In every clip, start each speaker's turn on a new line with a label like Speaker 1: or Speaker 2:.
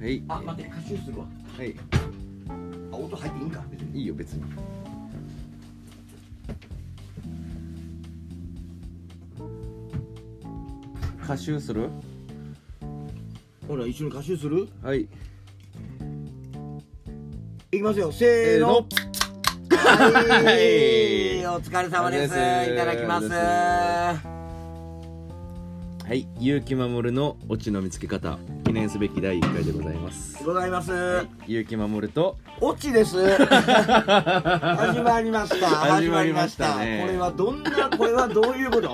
Speaker 1: はい
Speaker 2: あ待って歌集するわ
Speaker 1: はい
Speaker 2: あ音入っていいんか別に
Speaker 1: いいよ別に歌集する
Speaker 2: ほら一緒に歌集する
Speaker 1: はい
Speaker 2: いきますよせーのはいお疲れ様で
Speaker 1: お
Speaker 2: す
Speaker 1: 疲れ様です
Speaker 2: いただきます
Speaker 1: はい結城守のオチの見つけ方記念すべき第1回でございます
Speaker 2: ございます、
Speaker 1: 結城守と
Speaker 2: オチです 始まりました
Speaker 1: 始まりましたね
Speaker 2: これはどんなこれはどういうこと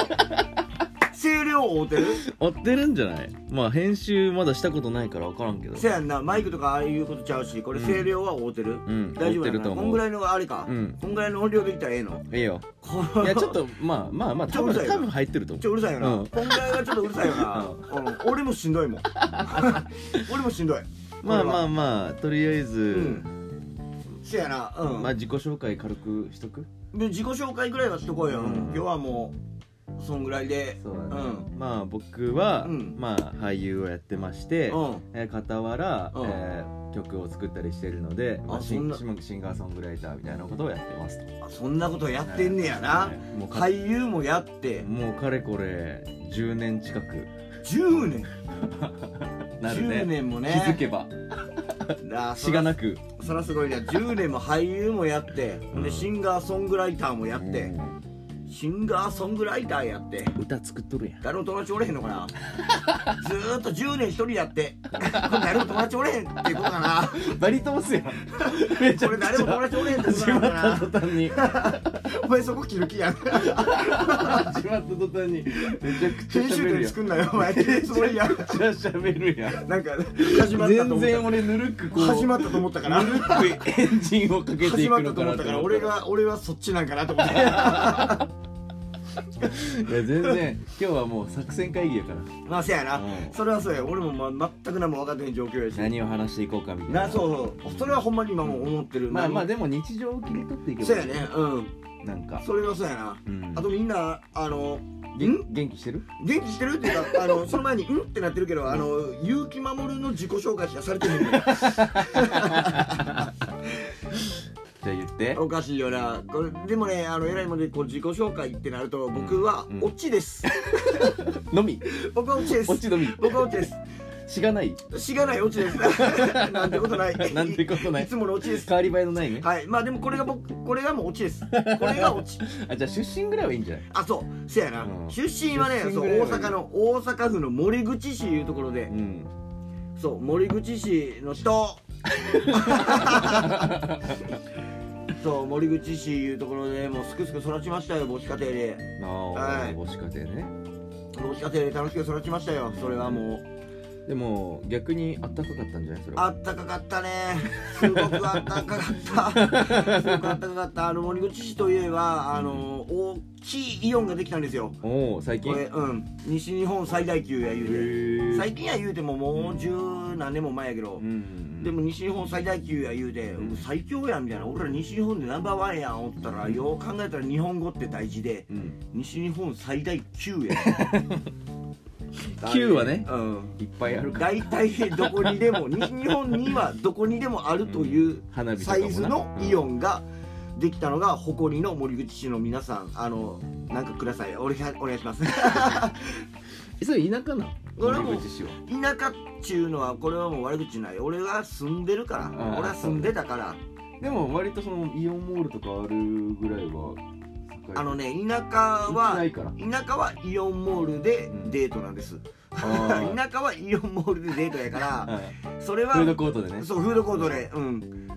Speaker 2: 声量を追うてる
Speaker 1: 追ってるんじゃないまあ編集まだしたことないから分からんけど
Speaker 2: せやんなマイクとかああいうことちゃうしこれ声量は合うてる、
Speaker 1: うん
Speaker 2: 大丈夫
Speaker 1: 合うて
Speaker 2: だ
Speaker 1: ると思
Speaker 2: なこ
Speaker 1: うん
Speaker 2: ぐらいのあれか、
Speaker 1: うん
Speaker 2: こんぐらいの音量できたらええの
Speaker 1: いいよ
Speaker 2: こ
Speaker 1: いやちょっとまあまあまあ多分
Speaker 2: ちょっとうるさいよ
Speaker 1: 多分入ってると思
Speaker 2: ちょうるさいよな、
Speaker 1: うん
Speaker 2: こんぐらいはちょっとうるさいよな、うん俺もしんどいもん俺もしんどいう
Speaker 1: まあま
Speaker 2: あ
Speaker 1: あまあとりあえ
Speaker 2: う
Speaker 1: ず、
Speaker 2: んせやなうん、
Speaker 1: まあ自己紹介軽くしとく
Speaker 2: で自己紹介ぐらいはしとこうよ、
Speaker 1: うん
Speaker 2: 今日はもうそんぐらいで
Speaker 1: そうだね、
Speaker 2: う
Speaker 1: まあ僕は、
Speaker 2: うん
Speaker 1: まあ俳優をやってまして、
Speaker 2: うん
Speaker 1: えー傍ら、
Speaker 2: うん
Speaker 1: えー曲を作ったりしてるので、まあ、
Speaker 2: あ
Speaker 1: シ
Speaker 2: そん
Speaker 1: ン
Speaker 2: な
Speaker 1: シンシンガーソングライターみたいなことをやってますと
Speaker 2: あそんなことやってんねやな、
Speaker 1: はいもうか
Speaker 2: 俳優もやって
Speaker 1: もうかれこれ10年近く
Speaker 2: 10年
Speaker 1: なるね
Speaker 2: 10年もね
Speaker 1: 気づけば
Speaker 2: あ
Speaker 1: しがなく
Speaker 2: そらすごいな10年も俳優もやって、
Speaker 1: ん
Speaker 2: でシンガーソングライターもやって、シンガーソングライターやって
Speaker 1: うん歌作っとるやん
Speaker 2: 誰も友達おれへんのかなずーっと10年一人やってこれ誰も友達おれへんっていうことかな
Speaker 1: バリトンっすやん めちゃ
Speaker 2: これ
Speaker 1: くちゃ
Speaker 2: 誰も友達おれへんってこと
Speaker 1: 始
Speaker 2: な
Speaker 1: ま
Speaker 2: の
Speaker 1: っ
Speaker 2: か
Speaker 1: た
Speaker 2: な
Speaker 1: 途端に
Speaker 2: お前そこ切る気やん
Speaker 1: 始まった途端にめちゃくちゃ
Speaker 2: 編
Speaker 1: 喋
Speaker 2: 集
Speaker 1: る
Speaker 2: 点
Speaker 1: やん
Speaker 2: 作んなよお 前それやん
Speaker 1: めちゃくちゃ喋るやん
Speaker 2: なんか始まった
Speaker 1: 全
Speaker 2: と思
Speaker 1: 然
Speaker 2: っ
Speaker 1: 俺ぬるくこ
Speaker 2: た
Speaker 1: う
Speaker 2: 始まったと思ったから
Speaker 1: ぬるくエンジンをかけてい
Speaker 2: 始ま
Speaker 1: く
Speaker 2: っ
Speaker 1: の
Speaker 2: たと
Speaker 1: か
Speaker 2: 思
Speaker 1: な
Speaker 2: った
Speaker 1: と
Speaker 2: から
Speaker 1: 思
Speaker 2: 俺
Speaker 1: ったら
Speaker 2: が俺はそっちなんかなと思って
Speaker 1: いや全然今日はもう作戦会議やから
Speaker 2: まあせやな、
Speaker 1: うん
Speaker 2: それはそうや俺も、ま、全く何も分かってへん状況やし
Speaker 1: 何を話していこうかみたいな
Speaker 2: なそうそうそれはほんまに今もう思ってる
Speaker 1: まあまあ
Speaker 2: で
Speaker 1: でも日常を切り取っていけば
Speaker 2: そうやねうん
Speaker 1: なんか
Speaker 2: それはそうやな、
Speaker 1: うん
Speaker 2: あとみんなあの
Speaker 1: げ
Speaker 2: ん
Speaker 1: 元気してる
Speaker 2: 元気してるっていうか あのその前に「うん?」ってなってるけどあの結城守の自己紹介しかされてないんだよ
Speaker 1: じゃあ言って
Speaker 2: おかしいよなこれでもねあの偉いもんでこう自己紹介ってなると僕は
Speaker 1: うん
Speaker 2: オ チです、
Speaker 1: のみ
Speaker 2: 僕はオチです
Speaker 1: 落ちのみ
Speaker 2: 僕はオチです
Speaker 1: しがない
Speaker 2: しがないオチです なんてことない
Speaker 1: なんてことない
Speaker 2: いつものオチです
Speaker 1: 変わり映えのないね
Speaker 2: はいまあでもこれが僕これがもうオチですこれがオチ
Speaker 1: あじゃあ出身ぐらいはいいんじゃない
Speaker 2: あそうせやな、
Speaker 1: うん
Speaker 2: 出身はね
Speaker 1: 出身
Speaker 2: そう
Speaker 1: ぐらいは
Speaker 2: 大阪の大阪府の森口市いうところで、
Speaker 1: うん
Speaker 2: そう森口市の人そう森口市いうところでもうすくすく育ちましたよ母子家庭で
Speaker 1: あ
Speaker 2: は
Speaker 1: あ
Speaker 2: い
Speaker 1: 母子家庭ね
Speaker 2: 母子家庭で楽しく育ちましたよそれはもう
Speaker 1: でも逆にあったかかったんじゃないそれ
Speaker 2: あ
Speaker 1: は
Speaker 2: ったかかったねすごくあったかかったすごくあったかかったあの森口市といえばあの大きいイオンができたんですよ
Speaker 1: おお最近
Speaker 2: これうん西日本最大級や言うて
Speaker 1: へえ
Speaker 2: 最近や言うてももう十何年も前やけど、
Speaker 1: ん
Speaker 2: でも西日本最大級や言うて、
Speaker 1: うん
Speaker 2: 最強やんみたいな俺ら西日本でナンバーワンやんおったら、よう考えたら日本語って大事で
Speaker 1: うん
Speaker 2: 西日本最大級や
Speaker 1: 級はね
Speaker 2: うん
Speaker 1: いっぱいあるから
Speaker 2: 大体どこにで も西日本にはどこにでもあるという
Speaker 1: 花火と
Speaker 2: サ
Speaker 1: かもな
Speaker 2: イズのイオンができたのが誇りの森口市の皆さんあのなんかくださいおれお願い します
Speaker 1: えそれ田舎なの
Speaker 2: 俺はもう
Speaker 1: 森口市は
Speaker 2: 田舎っちゅうのはこれはもう悪口ない俺は住んでるから
Speaker 1: あー
Speaker 2: 俺は住んでたから
Speaker 1: でも割とそのイオンモールとかあるぐらいは
Speaker 2: あの
Speaker 1: ね
Speaker 2: ね田舎は
Speaker 1: ないから
Speaker 2: 田舎はイオンモールでデートなんです、
Speaker 1: あ
Speaker 2: 田舎はイオンモールでデートやから
Speaker 1: あはい
Speaker 2: それは
Speaker 1: フードコートでね
Speaker 2: そうフードコートでうん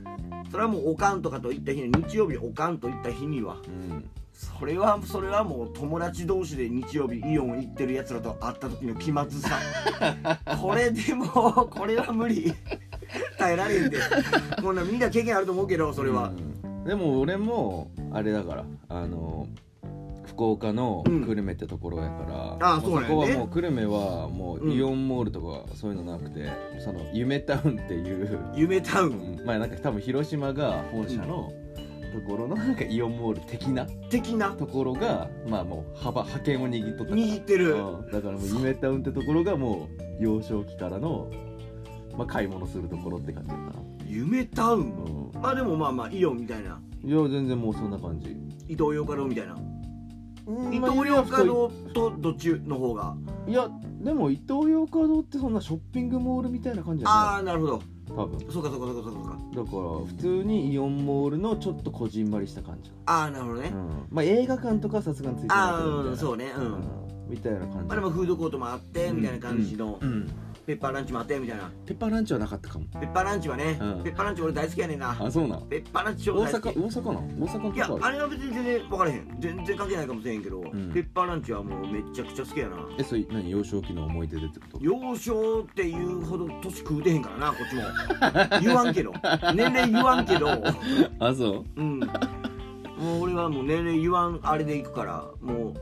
Speaker 2: それはもうおかんとかと行った日に日曜日おかんと行った日には
Speaker 1: うん
Speaker 2: それはそれはもう友達同士で日曜日イオン行ってるやつらと会った時の気まず さこれでもうこれは無理耐えられんでこんなみんな経験あると思うけどそれは
Speaker 1: うんでも俺もあれだからあの福岡の
Speaker 2: うん
Speaker 1: 久留米ってところやから、
Speaker 2: ああそうなんやね
Speaker 1: こはもう久留米はも
Speaker 2: う
Speaker 1: うんイオンモールとかそういうのなくて、その夢タウンっていう、
Speaker 2: 夢タウ
Speaker 1: う
Speaker 2: ン
Speaker 1: んまあなんか多分広島が本社のところのなんかイオンモール的な
Speaker 2: 的な
Speaker 1: ところがまあもう幅覇権を握っとったから
Speaker 2: 握ってる
Speaker 1: うんだからもう夢タウンってところがもう幼少期からのまあ、買い物するところって感じかな
Speaker 2: 夢タウン
Speaker 1: う
Speaker 2: まあでもまあまあイオンみたいなん
Speaker 1: いや全然もうそんな感じ
Speaker 2: 伊東洋華堂みたいな伊
Speaker 1: 伊
Speaker 2: 東洋華堂とどっちの方が
Speaker 1: いやでも伊東洋華堂ってそんなショッピングモールみたいな感じじゃ
Speaker 2: ああなるほど
Speaker 1: ない多分だか
Speaker 2: そうかそうかそうかそうから
Speaker 1: 普通にイオンモールのちょっとこじんまりした感じか
Speaker 2: ああなるほどね、
Speaker 1: な、うん、まあ映画館とかはさすがについてない
Speaker 2: あ
Speaker 1: け
Speaker 2: あ
Speaker 1: どみたい
Speaker 2: うん
Speaker 1: な
Speaker 2: そうねうん、ま
Speaker 1: うんみたいな感じ
Speaker 2: あでもフードコートもあってみたいな感じの、
Speaker 1: うんうん
Speaker 2: ペッパーランチもあってみたいな
Speaker 1: ペッパーランチはなかったかも
Speaker 2: ペッパーランチはね、
Speaker 1: うん
Speaker 2: ペッパーランチ俺大好きやねんな
Speaker 1: あそうなん
Speaker 2: ペッパーランチ超
Speaker 1: 大
Speaker 2: 大好
Speaker 1: 阪
Speaker 2: き
Speaker 1: 大阪なん大阪の
Speaker 2: いや
Speaker 1: とこあ
Speaker 2: あ
Speaker 1: る
Speaker 2: れは別に全然分からへん全然関係ないかもしれへんけど、
Speaker 1: ん
Speaker 2: ペッパーランチはもうめちゃくちゃ好きやな
Speaker 1: えそれ何幼少期の思い出でってこと
Speaker 2: 幼少っていうほど年食うてへんからなこっちも言わんけど年齢言わんけど
Speaker 1: あそう
Speaker 2: うんもう俺はもう年齢言わんあれでいくからもう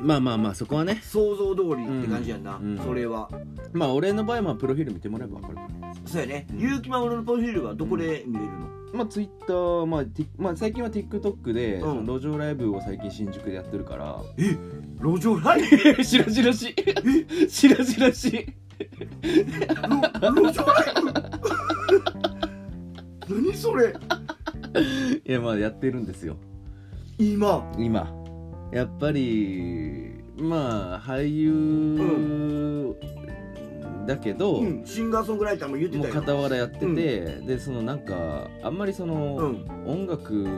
Speaker 1: まあまあまあそこはね
Speaker 2: 想像通りって感じやんな、
Speaker 1: うんうん
Speaker 2: それは
Speaker 1: まあ俺の場合はまあプロフィール見てもらえば分かるから
Speaker 2: そうやね
Speaker 1: うん
Speaker 2: 結城まおるのプロフィールはどこで見れるの、
Speaker 1: まあツイッター、まあ、ティまあ最近は TikTok で、
Speaker 2: ん
Speaker 1: その路上ライブを最近新宿でやってるから
Speaker 2: 路上ライブ
Speaker 1: しろしろしいしろしろしい
Speaker 2: 路上ライブ 何それ
Speaker 1: いやまあやってるんですよ
Speaker 2: 今
Speaker 1: 今やっぱりまあ俳優だけど、
Speaker 2: うんシンガーソングライターも言って
Speaker 1: もう
Speaker 2: たよ
Speaker 1: 傍らやってて、でそのなんかあんまりその、
Speaker 2: うん
Speaker 1: 音楽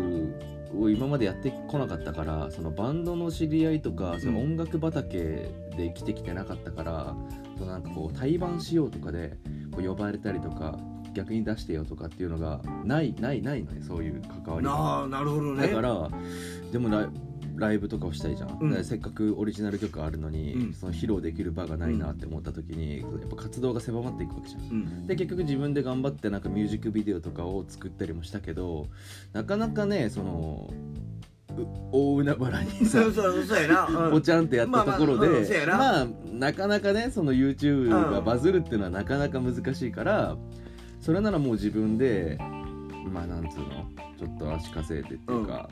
Speaker 1: を今までやってこなかったからそのバンドの知り合いとかその音楽畑で生きてきてなかったから、そのなんかこう対バンしようとかでこう呼ばれたりとか逆に出してよとかっていうのがないないないのねそういう関わりが
Speaker 2: なあなるほどね
Speaker 1: だからでもライライブとかをしたいじゃん、
Speaker 2: うん
Speaker 1: だからせっかくオリジナル曲あるのに、
Speaker 2: うん
Speaker 1: その披露できる場がないなって思った時に、やっぱ活動が狭まっていくわけじゃん
Speaker 2: うん
Speaker 1: で結局自分で頑張ってなんかミュージックビデオとかを作ったりもしたけどなかなかねそのう大海原に さ
Speaker 2: そうそうそうやな、う
Speaker 1: ポ
Speaker 2: ん、
Speaker 1: チャンってやったところ
Speaker 2: まあまあうんそう
Speaker 1: で
Speaker 2: やな
Speaker 1: まあなかなかねその YouTube
Speaker 2: うん
Speaker 1: がバズるっていうのはなかなか難しいからそれならもう自分でまあなんつうのちょっと足稼いでっていうか。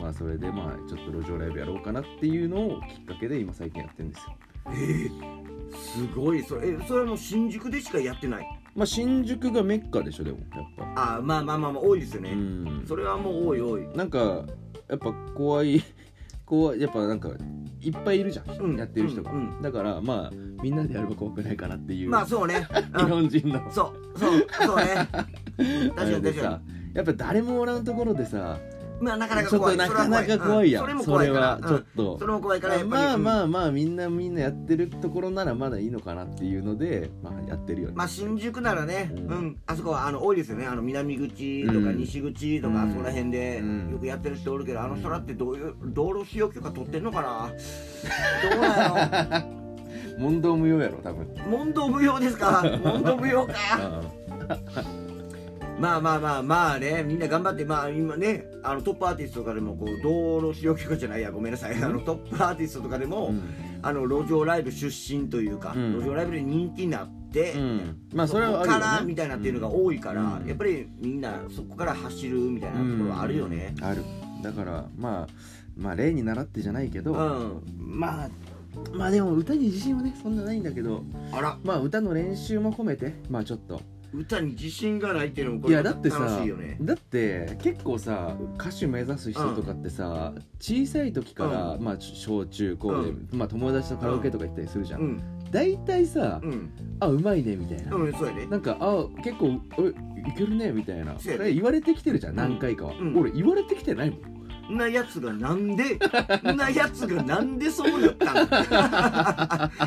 Speaker 1: まあそれでまあちょっと路上ライブやろうかなっていうのをきっかけで今最近やってるんですよ。
Speaker 2: えーすごいそれえそれはもう新宿でしかやってない
Speaker 1: まあ新宿がメッカでしょでもやっぱ。
Speaker 2: あーまあまあまあまあ多いですよね、
Speaker 1: うん
Speaker 2: それはもう多い多い
Speaker 1: なんかやっぱ怖い 怖いやっぱなんかいっぱいいるじゃん、
Speaker 2: うん
Speaker 1: やってる人が、
Speaker 2: うんうん
Speaker 1: だからまあみんなでやれば怖くないかなっていう、
Speaker 2: まあそうね、う
Speaker 1: 日
Speaker 2: ん、
Speaker 1: 本人の
Speaker 2: そうそうそうね確
Speaker 1: あ
Speaker 2: か
Speaker 1: れ
Speaker 2: に
Speaker 1: で
Speaker 2: 確かに
Speaker 1: さやっぱ誰もおらんところでさ
Speaker 2: まあなかなか
Speaker 1: ちょっ
Speaker 2: 怖
Speaker 1: と
Speaker 2: い
Speaker 1: なかなか怖いやん
Speaker 2: それは
Speaker 1: そ
Speaker 2: 怖い
Speaker 1: れ
Speaker 2: うんそれも怖いから
Speaker 1: はちょっ
Speaker 2: うん
Speaker 1: と
Speaker 2: そ、れも怖いからやっぱり
Speaker 1: まあ
Speaker 2: うん
Speaker 1: まあまあみんなみんなやってるところならまだいいのかなっていうのでまあやってるよね、
Speaker 2: まあ新宿ならね、
Speaker 1: う
Speaker 2: うんんあそこはあの多いですよねあの南口と
Speaker 1: う
Speaker 2: か
Speaker 1: ん
Speaker 2: 西口とか、
Speaker 1: うん
Speaker 2: あそこら辺で
Speaker 1: うん
Speaker 2: よくやってる人おるけど、あの人らってどういう道路使用許可取ってんのかな どうな
Speaker 1: 問答無用やろ多分
Speaker 2: の問答無用ですか問答無用かまあまあまあまあねみんな頑張ってまあ今ねあのトップアーティストとかでもこう道路使用許可じゃないやごめんなさいあのトップアーティストとかでも、
Speaker 1: うん
Speaker 2: あの路上ライブ出身というか、
Speaker 1: うん
Speaker 2: 路上ライブで人気になって、
Speaker 1: うんまあそれはある
Speaker 2: こ
Speaker 1: よ、ね、
Speaker 2: からみたいなっていうのが多いから、
Speaker 1: うん
Speaker 2: やっぱりみんなそこから走るみたいなところはあるよね。
Speaker 1: うんあるだからまあまあ例に習ってじゃないけど、
Speaker 2: うん、
Speaker 1: まあまあでも歌に自信はねそんなないんだけど
Speaker 2: あら
Speaker 1: まあ歌の練習も込めてまあちょっと
Speaker 2: 歌に自信がないっていうのもこ
Speaker 1: い
Speaker 2: れ
Speaker 1: やだってさ
Speaker 2: 楽しいよね。
Speaker 1: だって結構さ歌手目指す人とかってさ、小さい時から、まあ小中高で、まあ友達とカラオケとか行ったりするじゃん、
Speaker 2: うん
Speaker 1: 大体さ、
Speaker 2: うん
Speaker 1: あうまいねみたいな、
Speaker 2: うんそうやで。
Speaker 1: なんかあ結構えいけるねみたいな
Speaker 2: そうやね
Speaker 1: で言われてきてるじゃん何回かは、
Speaker 2: うん
Speaker 1: 俺言われてきてないもん
Speaker 2: んなやつがなんでんなやつがなんでそうなったの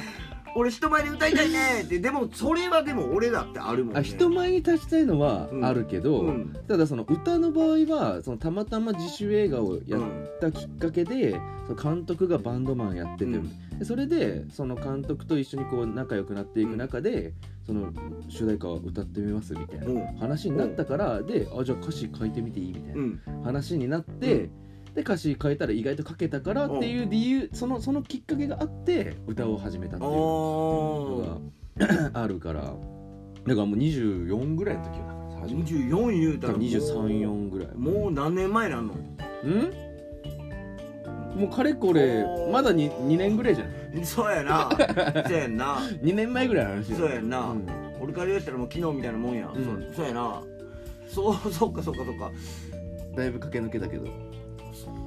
Speaker 2: 俺人前で歌いたいねってでもそれはでも俺だってあるもんね。
Speaker 1: あ人前に立ちたいのはあるけど、
Speaker 2: うん
Speaker 1: ただその歌の場合はそのたまたま自主映画をやったきっかけで、その監督がバンドマンやってて、
Speaker 2: うん
Speaker 1: でそれでその監督と一緒にこう仲良くなっていく中で、その主題歌を歌ってみますみたいな
Speaker 2: うん
Speaker 1: 話になったから、であじゃあ歌詞書いてみていいみたい
Speaker 2: うんう
Speaker 1: なん話になって、
Speaker 2: う
Speaker 1: で歌詞変えたら意外と書けたからっていう理由、そのそのきっかけがあって歌を始めたっていうの
Speaker 2: お
Speaker 1: が
Speaker 2: ー
Speaker 1: あるからだからもう24ぐらいの時よだから初めて
Speaker 2: 24言うたらもう
Speaker 1: 234ぐらい
Speaker 2: もう何年前なんの
Speaker 1: んもうかれこれ
Speaker 2: おー
Speaker 1: まだ 2, 二年ぐらいじゃない
Speaker 2: そうやなそうやんな
Speaker 1: 2年前ぐらいの話だよ
Speaker 2: そうやんな
Speaker 1: うん
Speaker 2: 俺から言われたらもう昨日みたいなもんやん、
Speaker 1: うん
Speaker 2: そそうやなそうそうかそうかそうか
Speaker 1: だいぶ駆け抜けたけど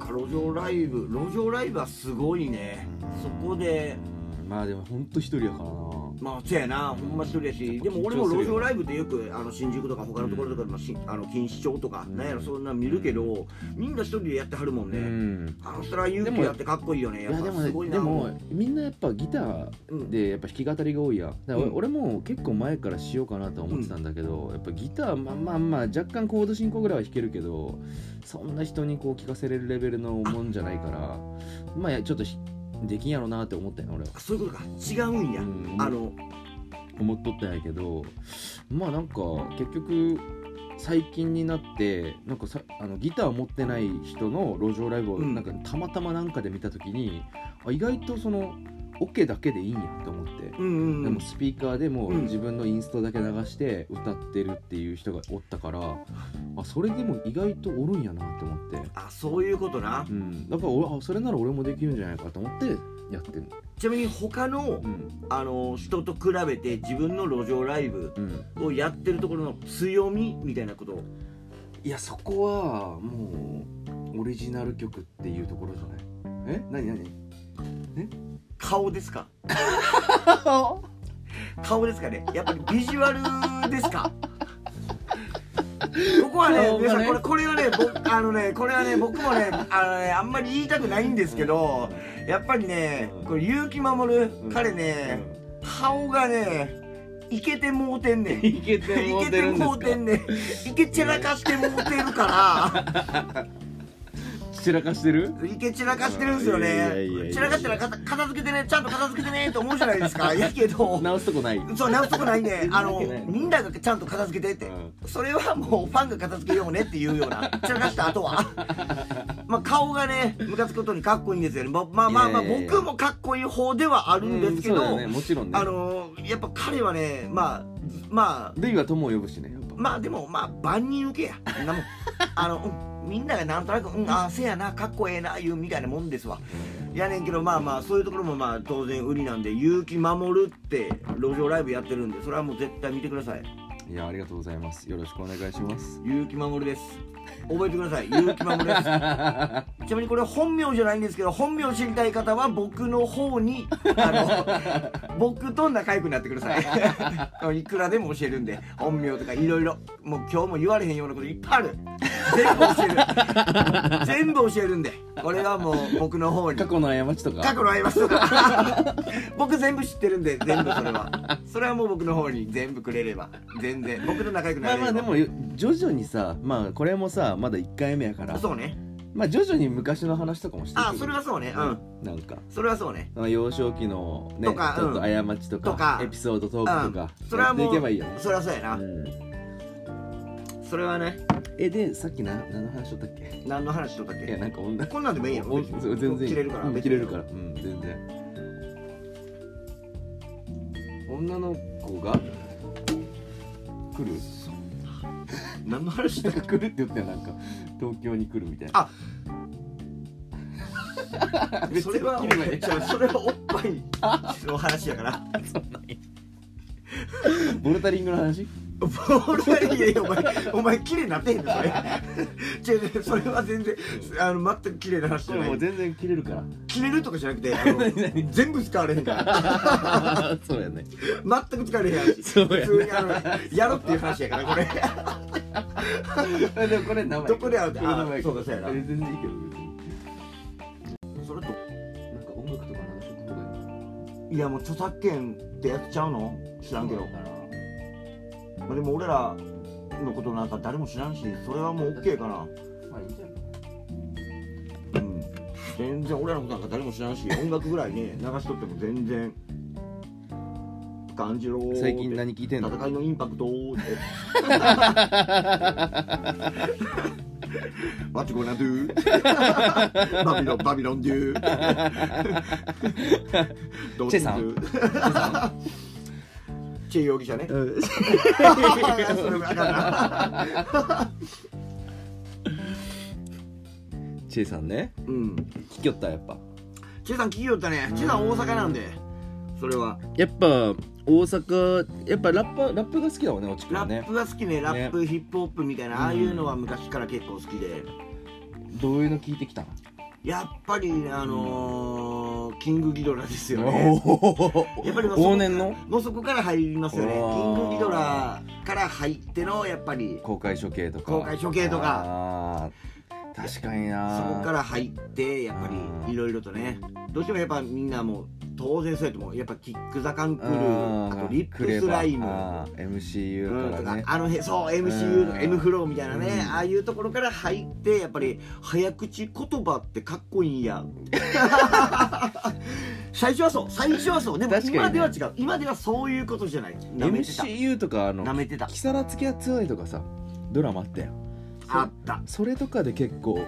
Speaker 2: 路上ライブ路上ライブはすごいねそこで
Speaker 1: うんまあでもほんと一人やからな
Speaker 2: まあそうやなほんま一人やしでも俺も路上ライブってよくあの新宿とか他のところとかでもし、あの錦糸町とか、
Speaker 1: うん
Speaker 2: なんやろそんなん見るけど、みんな一人でやってはるもんね、
Speaker 1: うん
Speaker 2: あの人ら勇気やってかっこいいよね
Speaker 1: い
Speaker 2: やっ
Speaker 1: やで
Speaker 2: ぱ
Speaker 1: も
Speaker 2: すご
Speaker 1: ね
Speaker 2: いな
Speaker 1: でもみんなやっぱギター
Speaker 2: うん
Speaker 1: でやっぱ弾き語りが多いやんだから俺
Speaker 2: うん
Speaker 1: 俺も結構前からしようかなとは思ってたんだけど、やっぱギターまあまあまあ若干コード進行ぐらいは弾けるけどそんな人にこう聴かせれるレベルのもんじゃないからまあちょっとひできんやろなって思ったよ俺は、
Speaker 2: あそういうことか違うんや、
Speaker 1: うん
Speaker 2: あの
Speaker 1: 思っとったんやけどまあなんか結局最近になってなんかさあのギター持ってない人の路上ライブを
Speaker 2: うん
Speaker 1: なんかたまたまなんかで見た時に、あ意外とそのオケだけでいいんやと思って。
Speaker 2: うんうん
Speaker 1: でもスピーカーでも
Speaker 2: うん
Speaker 1: 自分のインストだけ流して歌ってるっていう人がおったから、あそれでも意外とおるんやなって思って、
Speaker 2: あそういうことな、
Speaker 1: うん、だから俺あそれなら俺もできるんじゃないかと思ってやってる、
Speaker 2: ちなみに他の
Speaker 1: うん
Speaker 2: あの人と比べて自分の路上ライブ
Speaker 1: うん、
Speaker 2: をやってるところの強みみたいなこと
Speaker 1: いやそこはもうオリジナル曲っていうところじゃないえ何 何
Speaker 2: 顔ですか顔ですかねやっぱりビジュアルです かここはね
Speaker 1: 顔がね
Speaker 2: 皆さんこれこれはね僕あのねこれはね僕もねあのねあんまり言いたくないんですけどやっぱりねこれ結城守る
Speaker 1: ん
Speaker 2: 彼ね顔がねいけてもうてんねん
Speaker 1: いけて
Speaker 2: い
Speaker 1: も
Speaker 2: け
Speaker 1: うて
Speaker 2: て
Speaker 1: るん
Speaker 2: もう
Speaker 1: で
Speaker 2: て
Speaker 1: すか
Speaker 2: んねんいけ散らかしてもうてるか
Speaker 1: 散らかしてる
Speaker 2: らいけ散らかしてるんですよ
Speaker 1: いやいやいやい
Speaker 2: ね
Speaker 1: や
Speaker 2: 散らかしたら片片付けてねちゃんと片付けてねと思うじゃないですかいやけど
Speaker 1: 直すとこない、う
Speaker 2: そう直すとこない ねあの
Speaker 1: 直すとこない
Speaker 2: みんながちゃんと片付けてって
Speaker 1: ん
Speaker 2: それはもうファンが片付けようねっていうような散らかした後 はまあ顔がねムカつくことにかっこいいんですよねままあまあまあ
Speaker 1: いやいやいや
Speaker 2: 僕もかっこいい方ではあるんですけ
Speaker 1: うんそう
Speaker 2: ど、
Speaker 1: だよねもちろんね
Speaker 2: あのーやっぱ彼はねまあまあ
Speaker 1: ルイは友を呼ぶしねやっぱ
Speaker 2: まあでもまあ万人受けやそんなもん あの、うんみんながなんとなく「うんああせやなかっこええな」いうみたいなもんですわやねんけどまあまあそういうところもまあ当然売りなんで勇気守るって路上ライブやってるんでそれはもう絶対見てください
Speaker 1: いやありがとうございますよろしくお願いします
Speaker 2: 結城守です覚えてください結城守ですちなみにこれ本名じゃないんですけど本名知りたい方は僕の方にあ の僕と仲良くなってくださいいくらでも教えるんで本名とかいろいろもう今日も言われへんようなこといっぱいある全部教える全部教えるんでこれはもう僕の方に
Speaker 1: 過去の過ちとか
Speaker 2: 過去の過ちとか僕全部知ってるんで全部それはそれはもう僕の方に全部くれれば全然僕と仲良くな
Speaker 1: まあ
Speaker 2: れれ
Speaker 1: ま
Speaker 2: ば
Speaker 1: あでも徐々にさまあこれもさまだ1回目やから
Speaker 2: そうね
Speaker 1: まあ徐々に昔の話とかもしていく
Speaker 2: あそれはそうねうん
Speaker 1: なんか
Speaker 2: それはそうね
Speaker 1: その幼少期のね
Speaker 2: とか
Speaker 1: ちょっと過ちとか
Speaker 2: とか
Speaker 1: エピソードトークとか、
Speaker 2: それはもう
Speaker 1: やっていけばいいよね、
Speaker 2: それはそうや
Speaker 1: う
Speaker 2: な、
Speaker 1: ん、
Speaker 2: それはね
Speaker 1: えでさっきな何の話しとったっけ
Speaker 2: 何の話しとったっ
Speaker 1: いや
Speaker 2: け
Speaker 1: なんか女
Speaker 2: こんなんでもいいやん
Speaker 1: お
Speaker 2: 別に
Speaker 1: そう全然
Speaker 2: 切れるから、
Speaker 1: うん
Speaker 2: 別に
Speaker 1: 切れるからうん全然女の子が来る
Speaker 2: 何の話し
Speaker 1: な
Speaker 2: た
Speaker 1: んか来るって言ったよなんか東京に来るみたいな
Speaker 2: あ
Speaker 1: 別に
Speaker 2: それは
Speaker 1: 切ればいい
Speaker 2: ちょそれはおっぱいの話やから
Speaker 1: ボルタリングの話
Speaker 2: ボールいやいやお 前お前綺麗になってへんのそれ違う違うそれは全然あの全く綺麗な話じゃな
Speaker 1: もう
Speaker 2: い
Speaker 1: 全然切れるから
Speaker 2: 切れるとかじゃなくてあ の全部使われへんから
Speaker 1: そう やね
Speaker 2: 全く使われへん 話
Speaker 1: そうや
Speaker 2: 普通にあのやろっていう話やからこれ
Speaker 1: でもこれ名前
Speaker 2: どこで会う
Speaker 1: これ名前
Speaker 2: あそうかそうやな
Speaker 1: 全然いいけど別に
Speaker 2: それと
Speaker 1: なんか音楽とか流しとく方がいい
Speaker 2: いやもう著作権ってやっちゃうの知らんけど、
Speaker 1: かな
Speaker 2: まあ、でも俺らのことなんか誰も知らんしそれはもう OK かな
Speaker 1: まあいいんじゃない
Speaker 2: うん全然俺らのことなんか誰も知らんし音楽ぐらいね流しとっても全然感じろ
Speaker 1: 最近何聞いてんの
Speaker 2: 戦いのインパクトーって マチコナドゥーバビロンバビロンデュー どう
Speaker 1: チェさん
Speaker 2: するチェ容疑者ね
Speaker 1: うん
Speaker 2: それもあかんな
Speaker 1: チェイさんね
Speaker 2: うん
Speaker 1: 聞きよったやっぱ
Speaker 2: チェさん企業ったねチェさん大阪なんでそれは
Speaker 1: やっぱ大阪やっぱラッパラップが好きだもんね落ちくんは
Speaker 2: ラ
Speaker 1: ね
Speaker 2: ップが好きねラップ、ヒップホップみたいなああいうのは昔から結構好きで
Speaker 1: どういうの聞いてきたの
Speaker 2: やっぱりあのー、キングギドラですよね
Speaker 1: お
Speaker 2: やっぱりまあ
Speaker 1: 往年の
Speaker 2: もうそこから入りますよね
Speaker 1: あー
Speaker 2: キングギドラから入ってのやっぱり
Speaker 1: 公開処刑とか
Speaker 2: 公開処刑とか
Speaker 1: あー確かに
Speaker 2: そ
Speaker 1: な
Speaker 2: こから入ってやっぱ
Speaker 1: うん
Speaker 2: りいろいろとねどうしてもやっぱみんなもう当然そうやと思うやっぱキック・ザ・カンクルーあとリップスライム
Speaker 1: あー MCU
Speaker 2: うん
Speaker 1: か
Speaker 2: と
Speaker 1: ら
Speaker 2: か
Speaker 1: ね、
Speaker 2: あの辺そう MCU と
Speaker 1: う
Speaker 2: か
Speaker 1: ん
Speaker 2: M フローみたいなね
Speaker 1: うん
Speaker 2: ああいうところから入ってやっぱり早口言葉ってかっこいい んや最初はそう最初はそうでも
Speaker 1: 確かにね
Speaker 2: 今では違う今ではそういうことじゃないなめてた
Speaker 1: MCU とかあの
Speaker 2: なめてた
Speaker 1: 木更津キャッツアイとかさドラマあったやん
Speaker 2: あった
Speaker 1: それとかで結構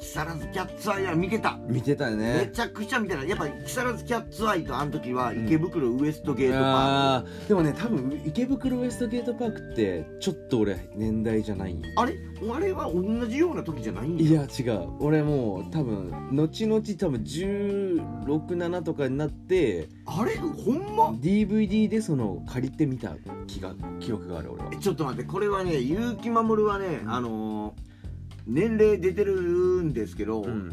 Speaker 2: 木更津キャッツアイは見てた
Speaker 1: 見てたよ
Speaker 2: め
Speaker 1: ね
Speaker 2: ちゃくちゃ見てたやっぱ木更津キャッツアイとあの時は池袋ウエストゲートパー
Speaker 1: あーでもね多分池袋ウエストゲートパークってちょっと俺年代じゃない
Speaker 2: ク、あれあれは同じような時じゃないんだ
Speaker 1: いや違う俺もう多分後々多分167とかになって
Speaker 2: あれほんま
Speaker 1: DVD でその借りてみた気が記憶がある俺は
Speaker 2: えちょっと待ってこれはね結城守はねあのー年齢出てるんですけど、
Speaker 1: うん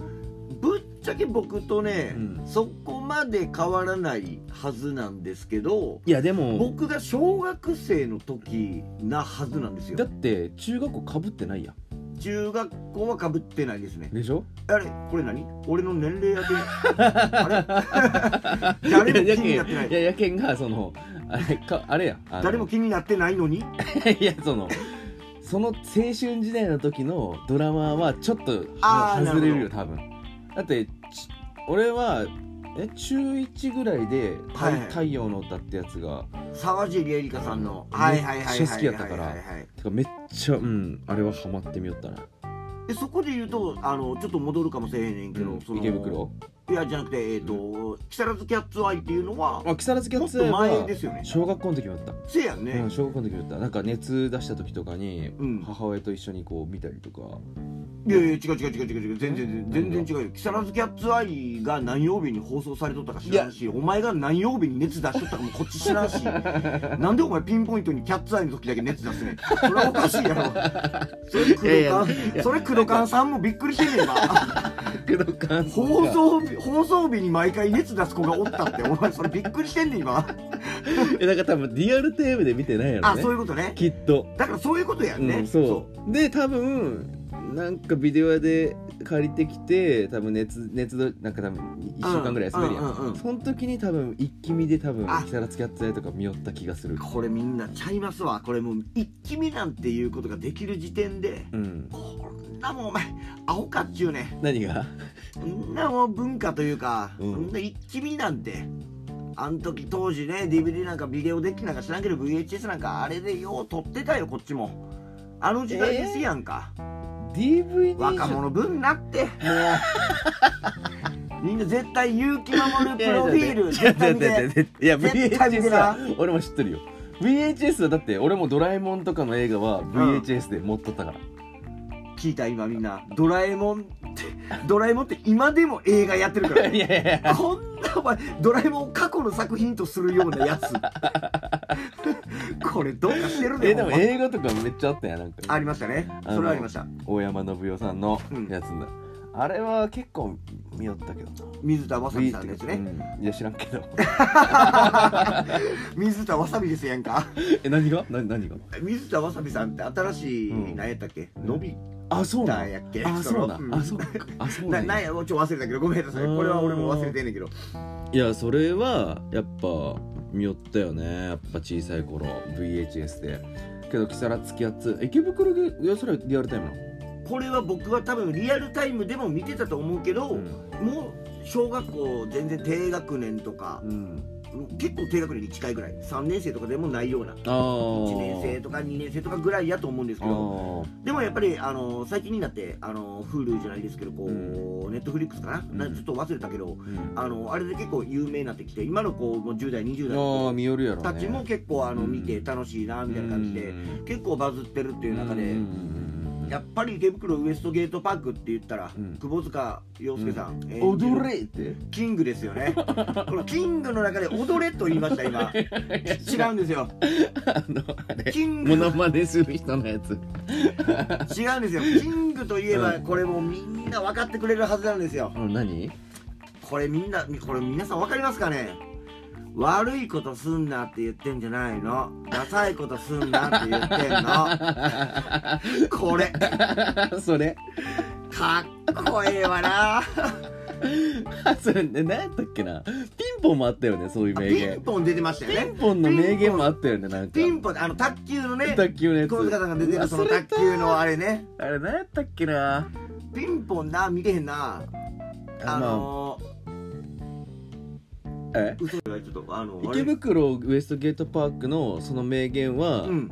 Speaker 2: ぶっちゃけ僕とね、
Speaker 1: うん
Speaker 2: そこまで変わらないはずなんですけど
Speaker 1: いやでも
Speaker 2: 僕が小学生の時なはずなんです
Speaker 1: だっ
Speaker 2: よ
Speaker 1: て中学校かぶってないやん
Speaker 2: 中学校はかぶってないですね
Speaker 1: でしょ
Speaker 2: あれこれ何俺の年 齢当てあれ誰も気になってない
Speaker 1: ややけんがそのあれかあれやあの
Speaker 2: 誰も気になってないのに
Speaker 1: いやそのその青春時代の時のドラマはちょっと
Speaker 2: あー
Speaker 1: 外れるよ
Speaker 2: なる
Speaker 1: 多分だってち俺はえ中1ぐらいで「太
Speaker 2: はいはい
Speaker 1: 太陽の歌」ってやつが
Speaker 2: 沢尻エリカさんの
Speaker 1: うん
Speaker 2: はいはいはいはい
Speaker 1: めっちゃ好きやったから
Speaker 2: はいはいはい
Speaker 1: てかめっちゃうんあれはハマってみよったな、
Speaker 2: でそこで言うとあのちょっと戻るかもしれへんねんけど、
Speaker 1: うん
Speaker 2: その
Speaker 1: 池袋
Speaker 2: いやじゃなくてえっ、と木更津キャッツアイっていうのは
Speaker 1: あ木更津キャ
Speaker 2: も
Speaker 1: ッ
Speaker 2: っ
Speaker 1: ツア
Speaker 2: と
Speaker 1: イ
Speaker 2: 前
Speaker 1: は
Speaker 2: ですよね
Speaker 1: 小学校の時もやった、
Speaker 2: せやんね、
Speaker 1: うん、小学校の時もやったなんか熱出した時とかに
Speaker 2: うん
Speaker 1: 母親と一緒にこう見たりとか
Speaker 2: いやいや違う違う違う違う違う全然全然違うよ木更津キャッツアイが何曜日に放送されとったか知らんしお前が何曜日に熱出しとったかもこっち知らんし なんでお前ピンポイントにキャッツアイの時だけ熱出すねんそれはおかしいやろそれ
Speaker 1: いやい
Speaker 2: 黒
Speaker 1: や
Speaker 2: 川それ黒川さんもびっくりして んねえ
Speaker 1: 工
Speaker 2: か
Speaker 1: 藤官さんが
Speaker 2: 放送日放送日に毎回熱出す子がおったってお前それびっくりしてんねん今
Speaker 1: えなんか多分リアルタイムで見てないやろ
Speaker 2: あ
Speaker 1: ね
Speaker 2: そういうことね
Speaker 1: きっと
Speaker 2: だからそういうことやんね、
Speaker 1: うん、そうで多分なんかビデオ屋で借りてきて多分熱熱度なんか多分1週間ぐらい休めるやん,、
Speaker 2: うんうんうんうん
Speaker 1: その時に多分一気見で多分
Speaker 2: あ
Speaker 1: 木更津キャッツアイとか見よった気がする
Speaker 2: これみんなちゃいますわこれもう一気見なんていうことができる時点で
Speaker 1: うん
Speaker 2: こんなもんお前アホかっちゅうね
Speaker 1: 何が
Speaker 2: こんなもん文化というか、
Speaker 1: うん
Speaker 2: そんな一気見なんてあん時当時ね DVD なんかビデオデッキなんか知らんけど VHS なんかあれでよう撮ってたよこっちもあの時代ですやんか、
Speaker 1: DVD
Speaker 2: 若者分なってもうみんな絶対結城守るプロフィール
Speaker 1: いや
Speaker 2: 絶
Speaker 1: いや
Speaker 2: 対
Speaker 1: い
Speaker 2: 見
Speaker 1: や
Speaker 2: て
Speaker 1: いやいや
Speaker 2: 絶対見
Speaker 1: VHS
Speaker 2: てな
Speaker 1: は俺も知ってるよ VHS はだって俺も「ドラえもん」とかの映画は VHS で持っとったから、
Speaker 2: 聞いた今みんなドラえもんってドラえもんって今でも映画やってるからね
Speaker 1: いやいやいや
Speaker 2: こんなお前ドラえもんを過去の作品とするようなやつこれどうかしてるね
Speaker 1: えでも映画とかめっちゃあったやんなんか
Speaker 2: ありましたね
Speaker 1: あの
Speaker 2: それはありました
Speaker 1: 大山信代さんのやつだ、あれは結構見よったけどな
Speaker 2: 水田わさびさんですね
Speaker 1: うんいや知らんけ ど
Speaker 2: 水田わさびですやんか
Speaker 1: え何が何何が
Speaker 2: 水田わさびさんって新しい、
Speaker 1: うん
Speaker 2: 何やったっけ伸び
Speaker 1: あそうな
Speaker 2: た
Speaker 1: ん
Speaker 2: やっけ
Speaker 1: あそうなんんあそうかあそう
Speaker 2: な
Speaker 1: なん
Speaker 2: なん
Speaker 1: や
Speaker 2: やもうちょっと忘れたけどごめんなさいこれは俺も忘れてんねんけど
Speaker 1: いやそれはやっぱ見よったよねやっぱ小さい頃 VHS でけど木更津キャッツ池袋でいやそれはリアルタイム
Speaker 2: これは僕は多分リアルタイムでも見てたと思うけど、
Speaker 1: なの
Speaker 2: もう小学校全然低学年とか
Speaker 1: う、ん
Speaker 2: 結構低学年に近いぐらい3年生とかでもないような
Speaker 1: ああ
Speaker 2: 1年生とか2年生とかぐらいやと思うんです
Speaker 1: あ
Speaker 2: けどでもやっぱりあの最近になってあの Hulu じゃないですけどこう、
Speaker 1: う
Speaker 2: ネットフリックスかな,、
Speaker 1: うん
Speaker 2: なちょっと忘れたけ
Speaker 1: ー
Speaker 2: ど
Speaker 1: うんあ
Speaker 2: あのあれで結構有名になってきて今のこうもう10代20代
Speaker 1: ー
Speaker 2: の
Speaker 1: 見よるやろ
Speaker 2: 子
Speaker 1: ね
Speaker 2: たちも結構あの
Speaker 1: うん
Speaker 2: 見て楽しいなみたいな感じで
Speaker 1: うん
Speaker 2: 結構バズってるっていう中で
Speaker 1: うんうんうんうんうん
Speaker 2: やっぱり池袋ウエストゲートパークって言ったら、
Speaker 1: うん
Speaker 2: 久保塚洋介さん、演じる
Speaker 1: 踊れって
Speaker 2: キングですよ ねこのキングの中で踊れと言いました今 違うんですよ
Speaker 1: あのあれ
Speaker 2: キン
Speaker 1: モ
Speaker 2: グ
Speaker 1: ノマネする人のやつ
Speaker 2: 違うんですよキングといえばこれもうみんな分かってくれるはずなんですよ
Speaker 1: あの何
Speaker 2: これみんなこれ皆さん分かりますかね悪いことすんなって言ってんじゃないのダサいことすんなって言って んのこれ
Speaker 1: それ
Speaker 2: かっこええわな
Speaker 1: あそれね何やったっけなピンポンもあったよねそういう名
Speaker 2: ピン
Speaker 1: 言
Speaker 2: ポン出てましたよ
Speaker 1: ピ
Speaker 2: ね
Speaker 1: ンポンの名言もあったよねなんか
Speaker 2: ピンポンあの卓球のね
Speaker 1: 卓球のやつ
Speaker 2: 小塚さんが出て
Speaker 1: うわ
Speaker 2: るその
Speaker 1: 忘れた
Speaker 2: 卓球のあれね
Speaker 1: あれ何やったっけな
Speaker 2: ピンポンな見れへんなあの
Speaker 1: まあえ
Speaker 2: ー、嘘がちょっとあのあれ
Speaker 1: 池袋ウエストゲートパークのその名言は、
Speaker 2: うん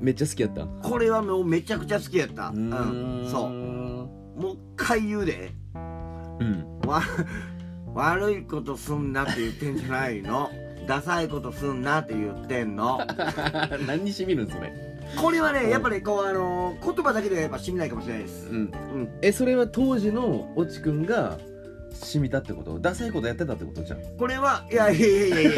Speaker 1: めっちゃ好きやった
Speaker 2: これはもうめちゃくちゃ好きやったうんそ
Speaker 1: う
Speaker 2: うもう一回言うで
Speaker 1: うん
Speaker 2: わ 悪いことすんなって言ってんじゃない のダサいことすんなって言ってんの
Speaker 1: 何にしみるんそれ
Speaker 2: これはねやっぱりこうあのー言葉だけではやっぱしみないかもしれないです
Speaker 1: うん
Speaker 2: うん
Speaker 1: えそれは当時のオチくんが染みたってことダサいことやってたってことじゃん
Speaker 2: これはいやいやいやいや い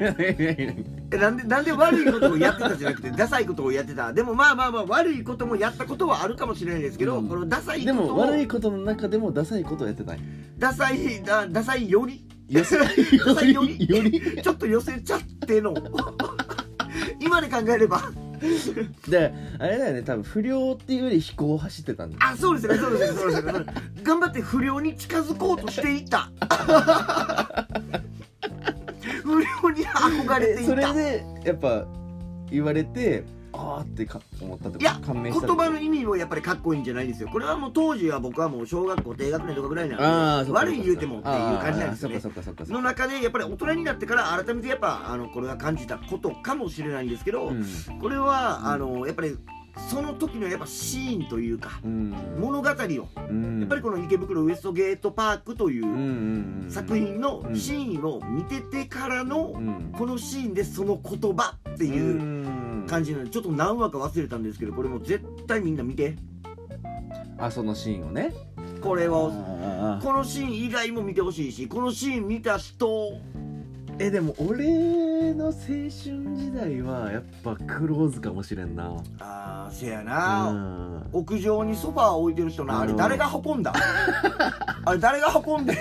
Speaker 2: やえなんでなんで悪いことをやってたじゃなくてダサいことをやってたでもまあまあまあ悪いこともやったことはあるかもしれないですけど、
Speaker 1: うん
Speaker 2: このダサいこ
Speaker 1: で
Speaker 2: と
Speaker 1: も
Speaker 2: を
Speaker 1: 悪いことの中でもダサいことやってない
Speaker 2: ダサいだダサいより
Speaker 1: よせよ
Speaker 2: サいより
Speaker 1: より
Speaker 2: ちょっと寄せちゃっての 今で考えれば
Speaker 1: であれだよね多分不良っていうより非行を走ってたんだ
Speaker 2: あそうですねそうですねそうですねそうですね頑張って不良に近づこうとして いた不良に憧れてい
Speaker 1: それ
Speaker 2: た
Speaker 1: でやっぱ言われてああってか思ったってこと
Speaker 2: いや
Speaker 1: 感銘し
Speaker 2: 言
Speaker 1: たってこと
Speaker 2: 葉の意味もやっぱりかっこいいんじゃないんですよこれはもう当時は僕はもう小学校低学年とかぐらい
Speaker 1: あ
Speaker 2: な
Speaker 1: あ
Speaker 2: んで
Speaker 1: そっか
Speaker 2: 悪い言うてもっていう感じなんですよ
Speaker 1: あー
Speaker 2: ね
Speaker 1: そっかそっかそっかそっ
Speaker 2: の
Speaker 1: か
Speaker 2: 中でやっぱり大人になってから改めてやっぱあのこれは感じたことかもしれないんですけど、
Speaker 1: うん
Speaker 2: これはあのやっぱりその時のやっぱシーンというか
Speaker 1: うん
Speaker 2: 物語をや
Speaker 1: うん
Speaker 2: っぱりこの池袋ウエストゲートパークとい
Speaker 1: うん
Speaker 2: う
Speaker 1: うんうん
Speaker 2: 作品のシーンを見ててからの
Speaker 1: うん
Speaker 2: このシーンでその言葉っていう
Speaker 1: う
Speaker 2: 感じなのでちょっと何話か忘れたんですけどこれもう絶対みんな見て
Speaker 1: あそのシーンをね
Speaker 2: これを
Speaker 1: あー
Speaker 2: このシーン以外も見てほしいしこのシーン見た人
Speaker 1: えでも俺の青春時代はやっぱクローズかもしれんな
Speaker 2: あーせや
Speaker 1: う
Speaker 2: な、
Speaker 1: ん
Speaker 2: 屋上にソファー置いてる人なあれ
Speaker 1: うん
Speaker 2: 誰が運んだ あれ誰が運 んで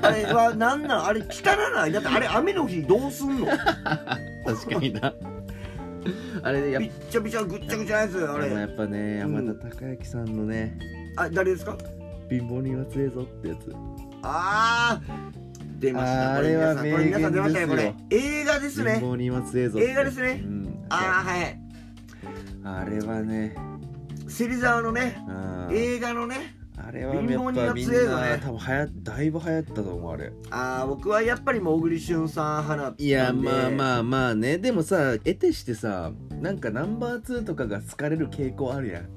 Speaker 2: あれはなんなんあれ汚ないだってあれ雨の日どうすんの
Speaker 1: 確かにな あれでやっ
Speaker 2: びっちゃびちゃぐっちゃぐちゃなやつあ
Speaker 1: ぱでもや
Speaker 2: れ
Speaker 1: っぱね
Speaker 2: うん
Speaker 1: 山田孝之さんのね
Speaker 2: あ誰ですか
Speaker 1: 貧乏人は強えぞってやつ
Speaker 2: ああ出ました
Speaker 1: あー
Speaker 2: これ皆さん
Speaker 1: あれ
Speaker 2: こ
Speaker 1: は
Speaker 2: れ皆さん出ま
Speaker 1: 名
Speaker 2: した
Speaker 1: 言
Speaker 2: よこれ映画で
Speaker 1: 貧
Speaker 2: すね
Speaker 1: 乏人は強えぞって
Speaker 2: 映画ですね
Speaker 1: うん
Speaker 2: ああはい
Speaker 1: あれはね
Speaker 2: 芹沢のね
Speaker 1: うん
Speaker 2: 映画のね
Speaker 1: あれはやっ
Speaker 2: 貧乏人
Speaker 1: ぱ
Speaker 2: は
Speaker 1: みん
Speaker 2: 強いよね
Speaker 1: な多分はやだいぶ流行ったと思うあれ
Speaker 2: ああ僕はやっぱりもう小栗旬さん花
Speaker 1: いやまあ
Speaker 2: あ
Speaker 1: まあまあねでもさ得てしてさなんかナンバー2とかが好かれる傾向あるやん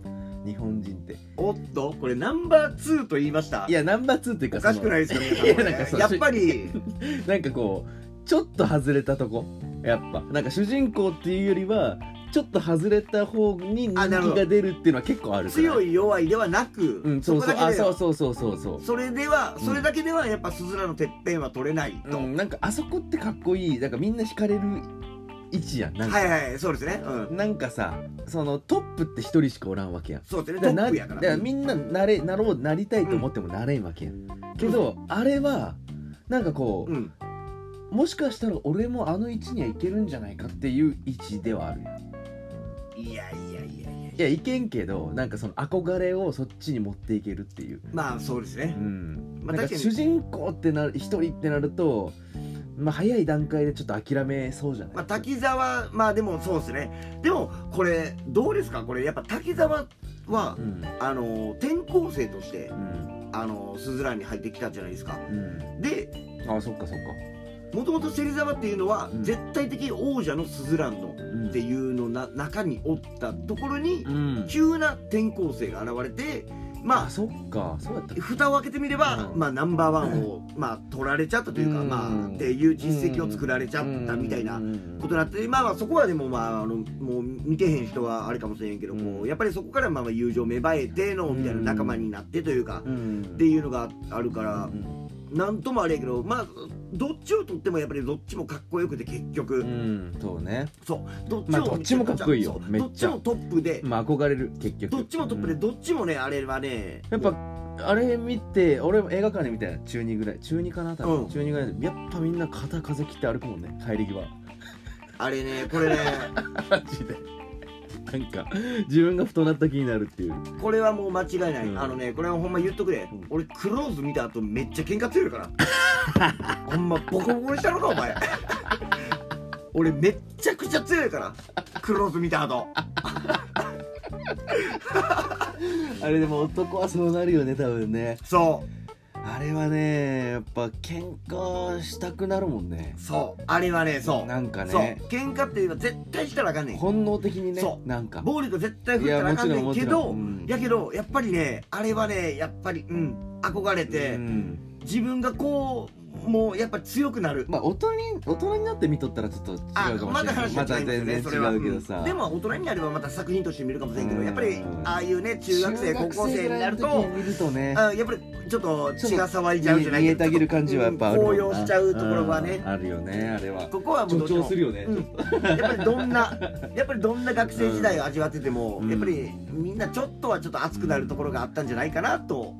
Speaker 1: 日本人って
Speaker 2: おっとこれナンバー2と言いました
Speaker 1: いやナンバー2っていうか
Speaker 2: おかしくないですか
Speaker 1: いや
Speaker 2: 皆さんこれ
Speaker 1: なんかそう
Speaker 2: やっぱり
Speaker 1: そのなんかこうちょっと外れたとこやっぱなんか主人公っていうよりはちょっと外れた方に人
Speaker 2: あなるほ
Speaker 1: 気
Speaker 2: ど
Speaker 1: が出るっていうのは結構あるから
Speaker 2: 強い弱いではなく、
Speaker 1: うんそうそう
Speaker 2: こだ
Speaker 1: あ
Speaker 2: けで
Speaker 1: そう
Speaker 2: は
Speaker 1: そうそうそうそう
Speaker 2: それでは
Speaker 1: ん
Speaker 2: それだけではやっぱすずらのてっぺんは取れないと、
Speaker 1: うん、なんかあそこってかっこいいなんかみんな惹かれる位置やんなんか、
Speaker 2: はいはいそうですねうん
Speaker 1: なんかさそのトップって一人しかおらんわけやん
Speaker 2: そうです
Speaker 1: だか
Speaker 2: ねト
Speaker 1: ら
Speaker 2: ッ
Speaker 1: な
Speaker 2: プやか
Speaker 1: だか
Speaker 2: ら
Speaker 1: らみんななれなろうなりたいと思ってもなれんわけや、ん、けどあれはなんかこう、
Speaker 2: うん
Speaker 1: もしかしたら俺もあの位置にはいけるんじゃないかっていう位置ではあるやん
Speaker 2: いやいやいやいや
Speaker 1: いやいけんけどなんかその憧れをそっちに持っていけるっていう、
Speaker 2: まあそうですね
Speaker 1: う、ん
Speaker 2: まあ
Speaker 1: なんか
Speaker 2: 確かに
Speaker 1: 主人公ってなる一人ってなるとまあ早い段階でちょっと諦めそうじゃない、
Speaker 2: まあ、滝沢まあでもそうですねでもこれどうですかこれやっぱ滝沢は
Speaker 1: うん
Speaker 2: あの転校生として
Speaker 1: うん
Speaker 2: あのすずらに入ってきたじゃないですか
Speaker 1: う
Speaker 2: で
Speaker 1: んあそっかそっか
Speaker 2: もともと芹沢っていうのは
Speaker 1: うん
Speaker 2: 絶対的王者のすずらんの
Speaker 1: うん
Speaker 2: っていうのな中におったところに
Speaker 1: うん
Speaker 2: 急な転校生が現れてまあ
Speaker 1: そっかそうやった
Speaker 2: 蓋を開けてみれば、
Speaker 1: うん
Speaker 2: まあ、ナンバーワンを、まあ、取られちゃったというか、
Speaker 1: うん
Speaker 2: まあ、っていう実績を作られちゃったみたいなことになって、まあまあ、そこはでも、まあ、あのもう見てへん人はあれかもしれへんけど、
Speaker 1: うん
Speaker 2: こうやっぱりそこからまあまあ友情芽生えてのみたいな
Speaker 1: うん
Speaker 2: 仲間になってというか、
Speaker 1: うん
Speaker 2: っていうのがあるから
Speaker 1: う、ん
Speaker 2: なんともあれやけど、まあ、どっちを取ってもやっぱりどっちもかっこよくて結局、
Speaker 1: うんそうね
Speaker 2: そうどっちも、
Speaker 1: まあどっちもかっこいいよ
Speaker 2: そう
Speaker 1: めっ
Speaker 2: どっ
Speaker 1: ち
Speaker 2: ち
Speaker 1: ゃ
Speaker 2: もトップで、
Speaker 1: まあ憧れる結局
Speaker 2: どっちもトップで、
Speaker 1: うん
Speaker 2: どっちもねあれはね
Speaker 1: やっぱあれ見て俺も映画館で見たよ中2ぐらい中2かな多分、
Speaker 2: うん
Speaker 1: 中2ぐらいでやっぱみんな肩風切って歩くもんね帰り際
Speaker 2: あれねこれ ね
Speaker 1: マジでなんか自分が太なった気になるっていう
Speaker 2: これはもう間違いない、
Speaker 1: うん
Speaker 2: あのねこれはほんま言っとくで、
Speaker 1: うん
Speaker 2: 俺クローズ見た後めっちゃ喧嘩強いから ほんまボコボコにしたのかお前 俺めっちゃくちゃ強いからクローズ見た後
Speaker 1: あれでも男はそうなるよね多分ね
Speaker 2: そ
Speaker 1: あれはねやっぱ喧嘩したくなるもんね
Speaker 2: うそうあれはねそう
Speaker 1: なんか
Speaker 2: そう
Speaker 1: ね
Speaker 2: 喧嘩っていうのは絶対したらあかんねん
Speaker 1: 本能的にね
Speaker 2: そう
Speaker 1: なんか
Speaker 2: 暴力絶対振ったらあかんねんけど
Speaker 1: うん
Speaker 2: やけどやっぱりねあれはねやっぱりうん憧れて、
Speaker 1: うん
Speaker 2: 自分がこうもうやっぱ強くなる
Speaker 1: まあ大人に大人になって見とったらちょっと違う
Speaker 2: あ
Speaker 1: かも
Speaker 2: ま
Speaker 1: しれ
Speaker 2: だ
Speaker 1: ない
Speaker 2: 話は違います
Speaker 1: 全然
Speaker 2: よねそれは
Speaker 1: 違うけどさ、
Speaker 2: うんでも大人になればまた作品として見るかもしれんけど
Speaker 1: うん
Speaker 2: やっぱりああいうね中学生高校生になると
Speaker 1: 見るとね
Speaker 2: あやっぱりちょっと血が騒いじゃうじゃない
Speaker 1: 見えてあげる感じはやっぱあるもんな
Speaker 2: 高揚しちゃうところはね
Speaker 1: うんあるよねあれは
Speaker 2: ここはもうど
Speaker 1: 助
Speaker 2: う
Speaker 1: 長
Speaker 2: しても
Speaker 1: するよね、
Speaker 2: うん やっぱりどんなやっぱりどんな学生時代を味わってても、
Speaker 1: うん
Speaker 2: やっぱりみんなちょっとはちょっと熱くなるところがあったんじゃないかなと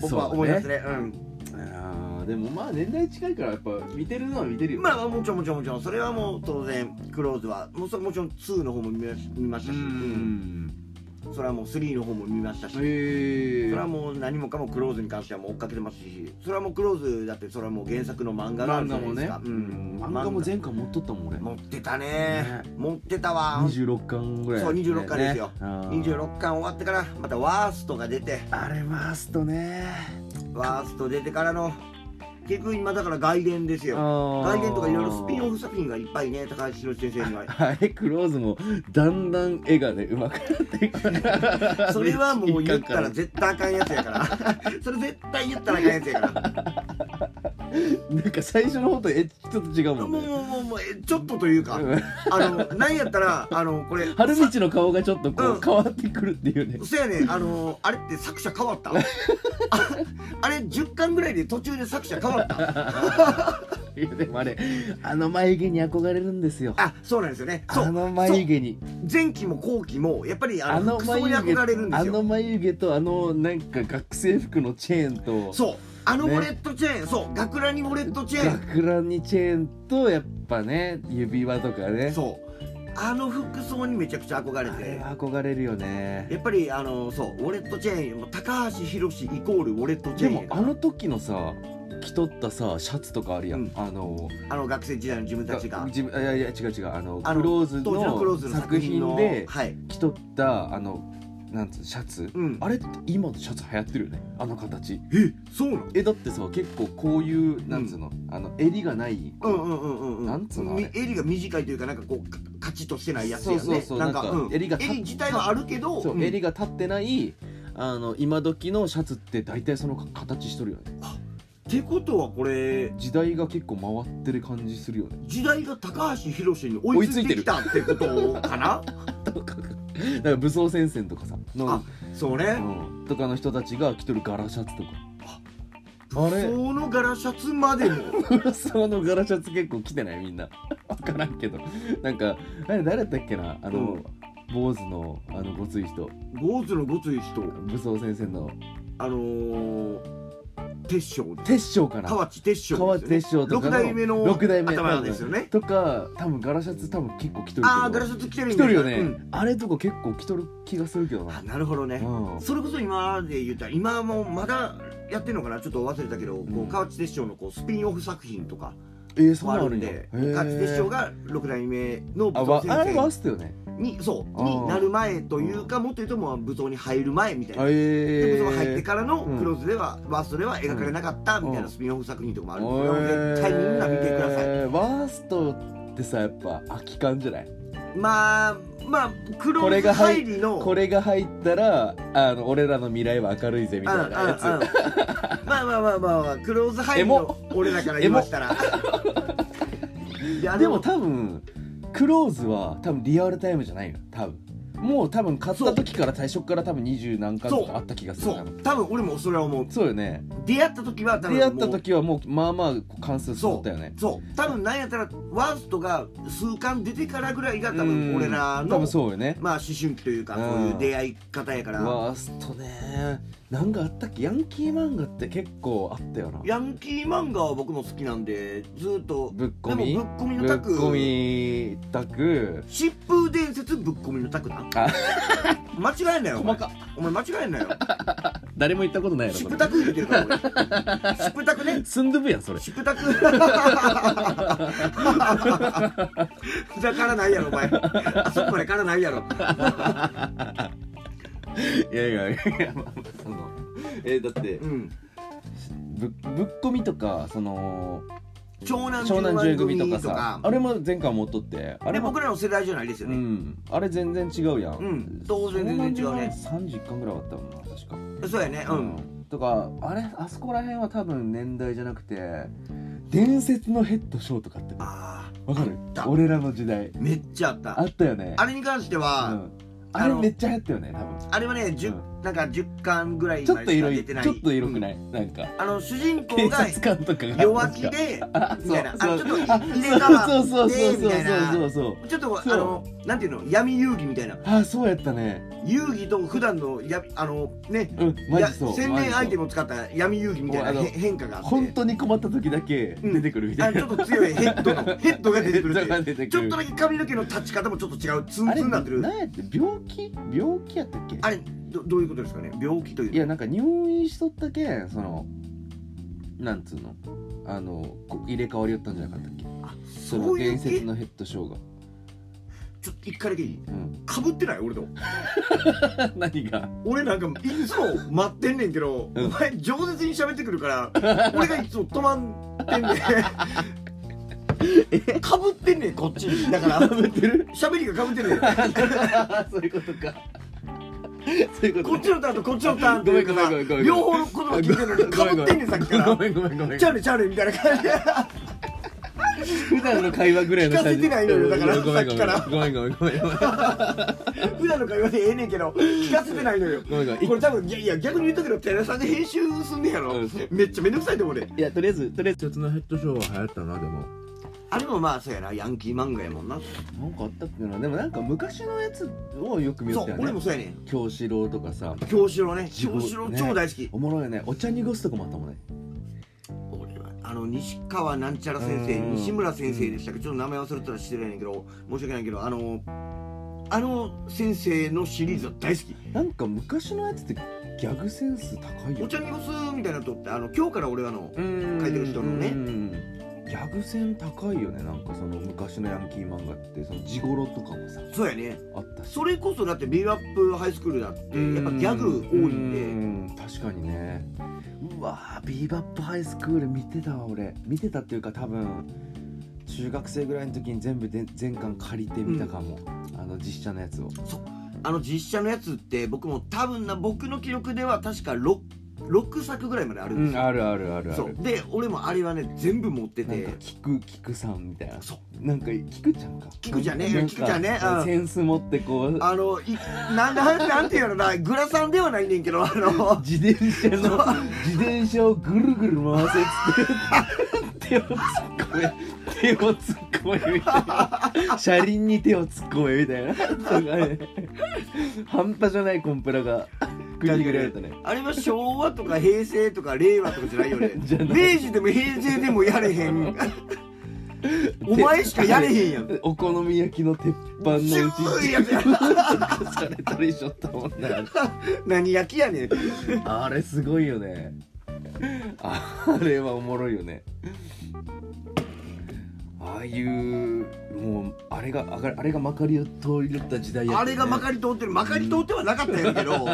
Speaker 2: 僕は思いますね
Speaker 1: あーでもまあ年代近いからやっぱ見てるのは見てる
Speaker 2: う
Speaker 1: よ
Speaker 2: ん、
Speaker 1: ね、
Speaker 2: まあもちろんもちろんもちろんそれはもう当然クローズはもうそれもちろん2の方も見まし見ましたし、
Speaker 1: うん
Speaker 2: うんそれはもう3の方も見ましたし、
Speaker 1: へえ
Speaker 2: それはもう何もかもクローズに関してはもう追っかけてますしそれはもうクローズだってそれはもう原作の漫画がある
Speaker 1: 漫
Speaker 2: じゃ
Speaker 1: 画
Speaker 2: ない
Speaker 1: も
Speaker 2: です
Speaker 1: ね、
Speaker 2: か、
Speaker 1: うん
Speaker 2: うん
Speaker 1: 漫画も前回持っとったもん俺
Speaker 2: 持ってたね
Speaker 1: ね
Speaker 2: 持ってたわ
Speaker 1: 26巻ぐらい
Speaker 2: そう26巻ですよ
Speaker 1: 26
Speaker 2: 26巻終わってからまたワーストが出て
Speaker 1: あれワーストね
Speaker 2: ワースト出てからの結局今だから外伝ですよ
Speaker 1: 外
Speaker 2: 外伝とかいろいろスピンオフ作品がいっぱいね高橋宏先生には
Speaker 1: あれクローズもだんだん絵がねうまくなっていく
Speaker 2: それはもう言ったら
Speaker 1: 一巻か
Speaker 2: 絶対あかんやつやからそれ絶対言ったらあかんやつやから
Speaker 1: らなんか最初の方と絵ちょっと違う
Speaker 2: もう
Speaker 1: もんね
Speaker 2: もうもうもうえちょっとというか
Speaker 1: うん
Speaker 2: あのなんやったらあのこれ
Speaker 1: 春道の顔がちょっとこ
Speaker 2: う
Speaker 1: うん変わってくるっていうね
Speaker 2: そやねんあのーあれって作者変わったああれ10巻ぐらいで途中で作者変わった
Speaker 1: いやでもあれあの眉毛に憧れるんですよ
Speaker 2: あそうなんですよねそ
Speaker 1: あ
Speaker 2: う
Speaker 1: の眉毛に
Speaker 2: 前期も後期もやっぱりあ
Speaker 1: あ
Speaker 2: の
Speaker 1: の
Speaker 2: 服装に
Speaker 1: 眉毛
Speaker 2: 憧れるんで
Speaker 1: あ
Speaker 2: す
Speaker 1: の
Speaker 2: よ
Speaker 1: 眉毛とあのなんか学生服のチェーンと
Speaker 2: そうあのウ
Speaker 1: ね
Speaker 2: ォレットチェーン、そう学ランにウォレットチェー
Speaker 1: 学ランにチェーンとやっぱね指輪とかね
Speaker 2: ンそうあの服装にめちゃくちゃ憧れ
Speaker 1: あれ
Speaker 2: て
Speaker 1: は憧れるよね
Speaker 2: やっぱりあのーそうウォレットチェーンもう高橋宏イコールウォレットチ
Speaker 1: で
Speaker 2: ェーン
Speaker 1: も
Speaker 2: やか
Speaker 1: あ
Speaker 2: ら
Speaker 1: の時のさ着とったさシャツとかあるやん、
Speaker 2: うん
Speaker 1: あの
Speaker 2: あの学生時代の自分たちが
Speaker 1: 自分あいやいや違う違うあの
Speaker 2: あの
Speaker 1: クローズ
Speaker 2: 当時のクローズ
Speaker 1: の
Speaker 2: の
Speaker 1: 作
Speaker 2: 作品
Speaker 1: 品
Speaker 2: の
Speaker 1: で
Speaker 2: はい
Speaker 1: 着とったあのなんつうのシャツ
Speaker 2: うん
Speaker 1: あれって今のシャツ流行ってるよねあの形
Speaker 2: えそうなの
Speaker 1: えだってさ結構こういうなんつうの、あの襟がない、
Speaker 2: うんうんうんうんうん
Speaker 1: なんつうのあれ
Speaker 2: み襟が短いというかなんかこうかカチッとしてないやつや
Speaker 1: そ
Speaker 2: ね
Speaker 1: うそうそうなんか
Speaker 2: うん
Speaker 1: 襟が立っ
Speaker 2: 襟自体はあるけど
Speaker 1: そう、
Speaker 2: ん
Speaker 1: 襟が立ってないあの今時のシャツって大体その形しとるよね
Speaker 2: ってことはこれ
Speaker 1: 時代が結構回ってる感じするよね
Speaker 2: 時代が高橋宏に追いついてきたってことか な
Speaker 1: だから武装戦線とかさの
Speaker 2: あ、そうね
Speaker 1: うん、とかの人たちが着とる柄シャツとか あ
Speaker 2: そ
Speaker 1: れ
Speaker 2: の柄シャツまでも
Speaker 1: 黒沢の柄シャツ結構着てないみんな 分からんけどなんかあれ誰だったっけなあ
Speaker 2: う
Speaker 1: の、
Speaker 2: ん
Speaker 1: 坊主のあのごつい人
Speaker 2: 坊主のごつい人
Speaker 1: 武装戦線の
Speaker 2: あのー、鉄匠
Speaker 1: 鉄匠かな
Speaker 2: 河内鉄匠
Speaker 1: 川
Speaker 2: です
Speaker 1: 鉄匠とかの
Speaker 2: 6代目の
Speaker 1: 六代目
Speaker 2: 頭ですよね
Speaker 1: とか多分ガラシャツ多分結構着とるけど
Speaker 2: ああ柄シャツ着てる
Speaker 1: 着とるよね、
Speaker 2: うん
Speaker 1: あれとか結構着とる気がするけど
Speaker 2: あ
Speaker 1: な、
Speaker 2: なるほどね、
Speaker 1: うん、
Speaker 2: それこそ今で言ったら今もまだやってるのかなちょっと忘れたけど、
Speaker 1: ん
Speaker 2: こう河内鉄匠のこうスピンオフ作品とか
Speaker 1: えー、そ
Speaker 2: も
Speaker 1: う
Speaker 2: あ
Speaker 1: な
Speaker 2: る
Speaker 1: る
Speaker 2: ん
Speaker 1: んや
Speaker 2: で
Speaker 1: へー
Speaker 2: 河内鉄匠が6代目の
Speaker 1: あ
Speaker 2: 武
Speaker 1: わ
Speaker 2: 藤
Speaker 1: あれワー
Speaker 2: 先
Speaker 1: ストよね
Speaker 2: 生にそう
Speaker 1: あー
Speaker 2: になる前というかもっと言うともう武藤に入る前みたいな。
Speaker 1: へ
Speaker 2: で
Speaker 1: え
Speaker 2: 武藤が入ってからの
Speaker 1: うん
Speaker 2: クローズでは、ワーストでは描かれなかったみたいな
Speaker 1: うん
Speaker 2: スピンオフ作品とかもあるので、絶対みんな見てください
Speaker 1: いワーストってさやっぱ空き缶じゃない
Speaker 2: まあまあ黒
Speaker 1: これが入
Speaker 2: 入りの
Speaker 1: これが入ったらあの俺らの未来は明るいぜみたいなやつ
Speaker 2: うんうんうんまあまあまあまあ、まあ、クローズ入り
Speaker 1: エ
Speaker 2: の
Speaker 1: モ
Speaker 2: 俺だから言いましたらいや
Speaker 1: でも多分クローズは多分リアルタイムじゃないの多分もう多分買った時から最初から多分二十何巻と
Speaker 2: そう
Speaker 1: かあった気がする
Speaker 2: そ
Speaker 1: 多分
Speaker 2: う多分俺もそれは思う
Speaker 1: そうよね
Speaker 2: 出会った時は多分
Speaker 1: 出会った
Speaker 2: もう
Speaker 1: 時はもうまあまあこう関数取ったよね
Speaker 2: そう多分なんやったらワーストが数巻出てからぐらいが多
Speaker 1: うん
Speaker 2: 分俺ら
Speaker 1: 多
Speaker 2: の
Speaker 1: 分そうよね
Speaker 2: まあ思春期というか
Speaker 1: う
Speaker 2: そ
Speaker 1: ん
Speaker 2: ういう出会い方やから
Speaker 1: ワーストねなんかあったっけヤンキー漫画って結構あったよな
Speaker 2: ヤンキー漫画は僕も好きなんでずっと
Speaker 1: ぶっこみ
Speaker 2: でもぶっこみの
Speaker 1: ぶ
Speaker 2: タ
Speaker 1: っ
Speaker 2: ク
Speaker 1: こみたく
Speaker 2: 疾風伝説ぶっこみのタクな
Speaker 1: あ
Speaker 2: 間違えんなよお前
Speaker 1: 細か
Speaker 2: お前間違えんなよ
Speaker 1: 誰も言ったことないやろ
Speaker 2: シッ
Speaker 1: こ
Speaker 2: プ
Speaker 1: れ
Speaker 2: タク言ってるから俺シップタクね
Speaker 1: スンドゥブやんそれ
Speaker 2: シップタク だからないやろお前あそこまでからないやろ
Speaker 1: いやいやいやいやまあまあその えーだって
Speaker 2: うん
Speaker 1: ぶぶっこみとかその
Speaker 2: 長男
Speaker 1: 湘
Speaker 2: 十
Speaker 1: 南
Speaker 2: 番
Speaker 1: 十組
Speaker 2: 組
Speaker 1: と
Speaker 2: と
Speaker 1: か
Speaker 2: か
Speaker 1: さあれも前回持っとってあ
Speaker 2: あ
Speaker 1: れ
Speaker 2: れ
Speaker 1: も
Speaker 2: 僕らの世代じゃないですよ
Speaker 1: う
Speaker 2: ね、
Speaker 1: んあれ全然違うやん
Speaker 2: うん当然全然違うね
Speaker 1: 三十巻ぐらいあったもんな確か
Speaker 2: そうやねうん、
Speaker 1: とかあれあそこら辺は多分年代じゃなくて伝説のヘッドショーとかあって
Speaker 2: ああ
Speaker 1: わかる
Speaker 2: た
Speaker 1: 俺らの時代
Speaker 2: めっちゃあった
Speaker 1: あ
Speaker 2: あ
Speaker 1: ったよね
Speaker 2: れに関して
Speaker 1: う
Speaker 2: は、
Speaker 1: んあれ
Speaker 2: あの
Speaker 1: めっちゃ流行ったよね多分
Speaker 2: あれはね、十
Speaker 1: う
Speaker 2: なんか10巻ぐらい
Speaker 1: ち
Speaker 2: ま
Speaker 1: ょ
Speaker 2: で
Speaker 1: っ
Speaker 2: し
Speaker 1: と色
Speaker 2: か出
Speaker 1: いち
Speaker 2: て
Speaker 1: ょ
Speaker 2: ない、
Speaker 1: っと色くないいなんか
Speaker 2: うんあの主人公
Speaker 1: 警
Speaker 2: が
Speaker 1: 察官とかが
Speaker 2: 弱気で
Speaker 1: あ
Speaker 2: みたいな
Speaker 1: そう
Speaker 2: あちょっと
Speaker 1: そう
Speaker 2: 入れ替わ
Speaker 1: そうそうそう
Speaker 2: みたいな
Speaker 1: そうそうそう
Speaker 2: ちょっと
Speaker 1: そう
Speaker 2: あのなんていうの闇遊戯みたいな
Speaker 1: あそうやったね
Speaker 2: 遊戯と普段のやあのね
Speaker 1: うんマ
Speaker 2: や
Speaker 1: ジそう
Speaker 2: 宣伝アイテ
Speaker 1: ム
Speaker 2: ムを使った闇遊戯みたいな
Speaker 1: もうあの
Speaker 2: へ変化があって
Speaker 1: 本当に困った時だけ出てくるみた
Speaker 2: あ
Speaker 1: いな、
Speaker 2: ちょっと強いヘッ ドのヘッドが出てくるっていう
Speaker 1: 出て
Speaker 2: ち
Speaker 1: く
Speaker 2: ょっ
Speaker 1: る
Speaker 2: とだけ髪の毛の立ち方もちょっと違うツン
Speaker 1: あ
Speaker 2: ツ
Speaker 1: れ
Speaker 2: ンになってる
Speaker 1: 何やって病気病気やったっけ
Speaker 2: あれどどういうことですかね病気という
Speaker 1: いやなんか入院しとったけんそのなんつうのあのこ入れ替わりやったんじゃなかったっけ
Speaker 2: あ
Speaker 1: そ
Speaker 2: そ
Speaker 1: の
Speaker 2: うい
Speaker 1: 伝
Speaker 2: う
Speaker 1: 説
Speaker 2: 系
Speaker 1: のヘッドショーが、
Speaker 2: ちょっと一回だけいい
Speaker 1: うん、
Speaker 2: かぶってない俺と
Speaker 1: 何が
Speaker 2: 俺なんかいつも待ってんねんけど、
Speaker 1: うん
Speaker 2: お前饒舌に喋ってくるから俺がいつも止まってんね んかぶってんねんこっちにだから
Speaker 1: ぶって る
Speaker 2: 喋りがかぶってんねん
Speaker 1: そういうことかそういう
Speaker 2: こ
Speaker 1: こ
Speaker 2: っ
Speaker 1: と
Speaker 2: ちのターンとこっちのターンというか
Speaker 1: ごめんごめんごめんごめん
Speaker 2: 両方の言葉聞いてるのにかぶってんねんさっきか
Speaker 1: ご
Speaker 2: ら
Speaker 1: めんごめんごめん
Speaker 2: ちゃうねんちゃうねんみたいな感じで
Speaker 1: 普段の会話ぐらいの感じ
Speaker 2: 聞かせてないのよだから
Speaker 1: ごめんごめん
Speaker 2: さっき
Speaker 1: ごめんごめんごめんごめん
Speaker 2: 普段の会話でええねんけど聞かせてないのよ
Speaker 1: ごめんごめん
Speaker 2: これ多分いやいや逆に言うとけど寺田さんで編集すんねやろ、
Speaker 1: うん
Speaker 2: めっちゃめんどくさいでも俺
Speaker 1: いやとりあえずとりあえず鉄のヘッドショーは流行ったなでも
Speaker 2: あれもまあそうやなヤンキー漫画やもんな、
Speaker 1: なんかあったっけなでもなんか昔のやつをよく見よ
Speaker 2: そ
Speaker 1: っ
Speaker 2: う
Speaker 1: たよ
Speaker 2: 俺
Speaker 1: ね
Speaker 2: もそうやねん
Speaker 1: 京志郎とかさ
Speaker 2: 京志郎ね
Speaker 1: 自分
Speaker 2: 京志郎
Speaker 1: ね
Speaker 2: 超大好き、
Speaker 1: おもろいよねお茶濁すとこもあったもんね
Speaker 2: 俺はあの西川なんちゃら先生
Speaker 1: うん
Speaker 2: 西村先生でしたっけちょっと名前忘れたらしてるやねんけど申し訳ないけどあのあの先生のシリーズは大好き
Speaker 1: なんか昔のやつってギャグセンス高いよ
Speaker 2: お茶にごすみたいなのとってあの今日から俺はの
Speaker 1: 書
Speaker 2: 書いてる人のね
Speaker 1: ギャグ線高いよねなんかその昔のヤンキー漫画ってその地頃とかもさ
Speaker 2: そうやね
Speaker 1: あったし
Speaker 2: それこそだってビーアップハイスクールだってやっぱギャグ多いんで
Speaker 1: んで確かにねうわービーバップハイスクール見てたわ俺見てたっていうか多分中学生ぐらいの時に全部で全巻借りてみたかも、あの実写のやつを
Speaker 2: あの実写のやつって僕も多分な僕の記録では確か 6, 6作ぐらいまであるんですよ、
Speaker 1: るあるある
Speaker 2: そうで俺もあれはね全部持って
Speaker 1: なん
Speaker 2: て
Speaker 1: か菊菊さんみたいな
Speaker 2: そう
Speaker 1: なんか菊ちゃんか
Speaker 2: 菊ちゃんね
Speaker 1: なか
Speaker 2: 菊ちゃんねうん
Speaker 1: センス持ってこう
Speaker 2: あのいなんなんなんていうのなグラさんではないねんけどあの
Speaker 1: 自転車の
Speaker 2: そ
Speaker 1: 自転車をぐるぐる回せっつって手を突っ込め手を突っ込めみたいな車輪に手を突っ込めみたいなとかね半端じゃないコンプラが繰り広げられたね
Speaker 2: あれは昭和とか平成とか令和とかじゃないよね
Speaker 1: じゃない
Speaker 2: 明治でも平成でもやれ へん お前しかやれへんやん
Speaker 1: お好み焼きの鉄板のうち
Speaker 2: シューいやつや
Speaker 1: されたりしょったもんな
Speaker 2: 何焼きやねん
Speaker 1: あれすごいよねあれはおもろいよねああいうもうあれがあがあれがまかりを通りだった時代やった
Speaker 2: あ
Speaker 1: よね、
Speaker 2: れがまかり通ってるまかり通ってはなかったんやけど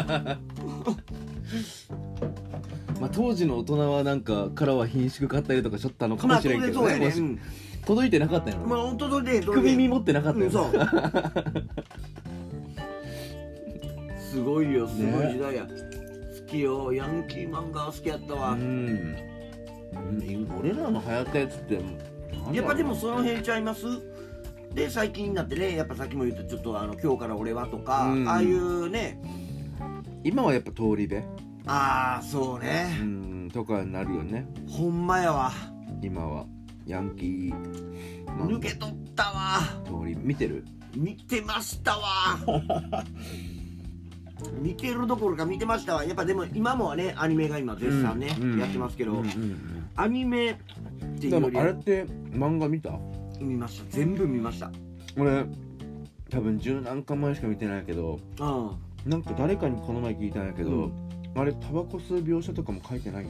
Speaker 1: まあ、当時の大人はなんかからは貧縮買ったりとかしょったのかもしれんけどね,
Speaker 2: まあ当然そうやね
Speaker 1: もし、届いてなかったんやろ、
Speaker 2: まあ弟でどれ
Speaker 1: 首に持ってなかった
Speaker 2: う
Speaker 1: よ
Speaker 2: ん
Speaker 1: な、
Speaker 2: そうすごいよすごい時代や、好きよヤンキー漫画好きやったわ、
Speaker 1: うんうん俺らの流行ったやつってなんだろう
Speaker 2: やっぱでもその辺ちゃいますで最近になってねやっぱさっきも言ったちょっとあの今日から俺はとか、
Speaker 1: うん
Speaker 2: ああいうね
Speaker 1: 今はやっぱ通り部
Speaker 2: ああそう
Speaker 1: う
Speaker 2: ね
Speaker 1: んとかになるよね
Speaker 2: ほんまやわ
Speaker 1: 今はヤンキー漫画
Speaker 2: 抜け取ったわ
Speaker 1: 通り見てる
Speaker 2: 見てまし たわ見てるどころか見てましたわやっぱでも今もはねアニメが今絶賛ね、
Speaker 1: うんうん
Speaker 2: やってますけど、
Speaker 1: うんうん
Speaker 2: アニメって
Speaker 1: うん
Speaker 2: いう
Speaker 1: で
Speaker 2: よ
Speaker 1: も
Speaker 2: り
Speaker 1: あれっ
Speaker 2: は
Speaker 1: て漫画見た
Speaker 2: 見ました全部見ました
Speaker 1: 俺多分十何巻前しか見てないけど
Speaker 2: うん
Speaker 1: なんか誰かにこの前聞いたんやけど、
Speaker 2: うん
Speaker 1: あれタバコ吸う描写とかも書いてないよ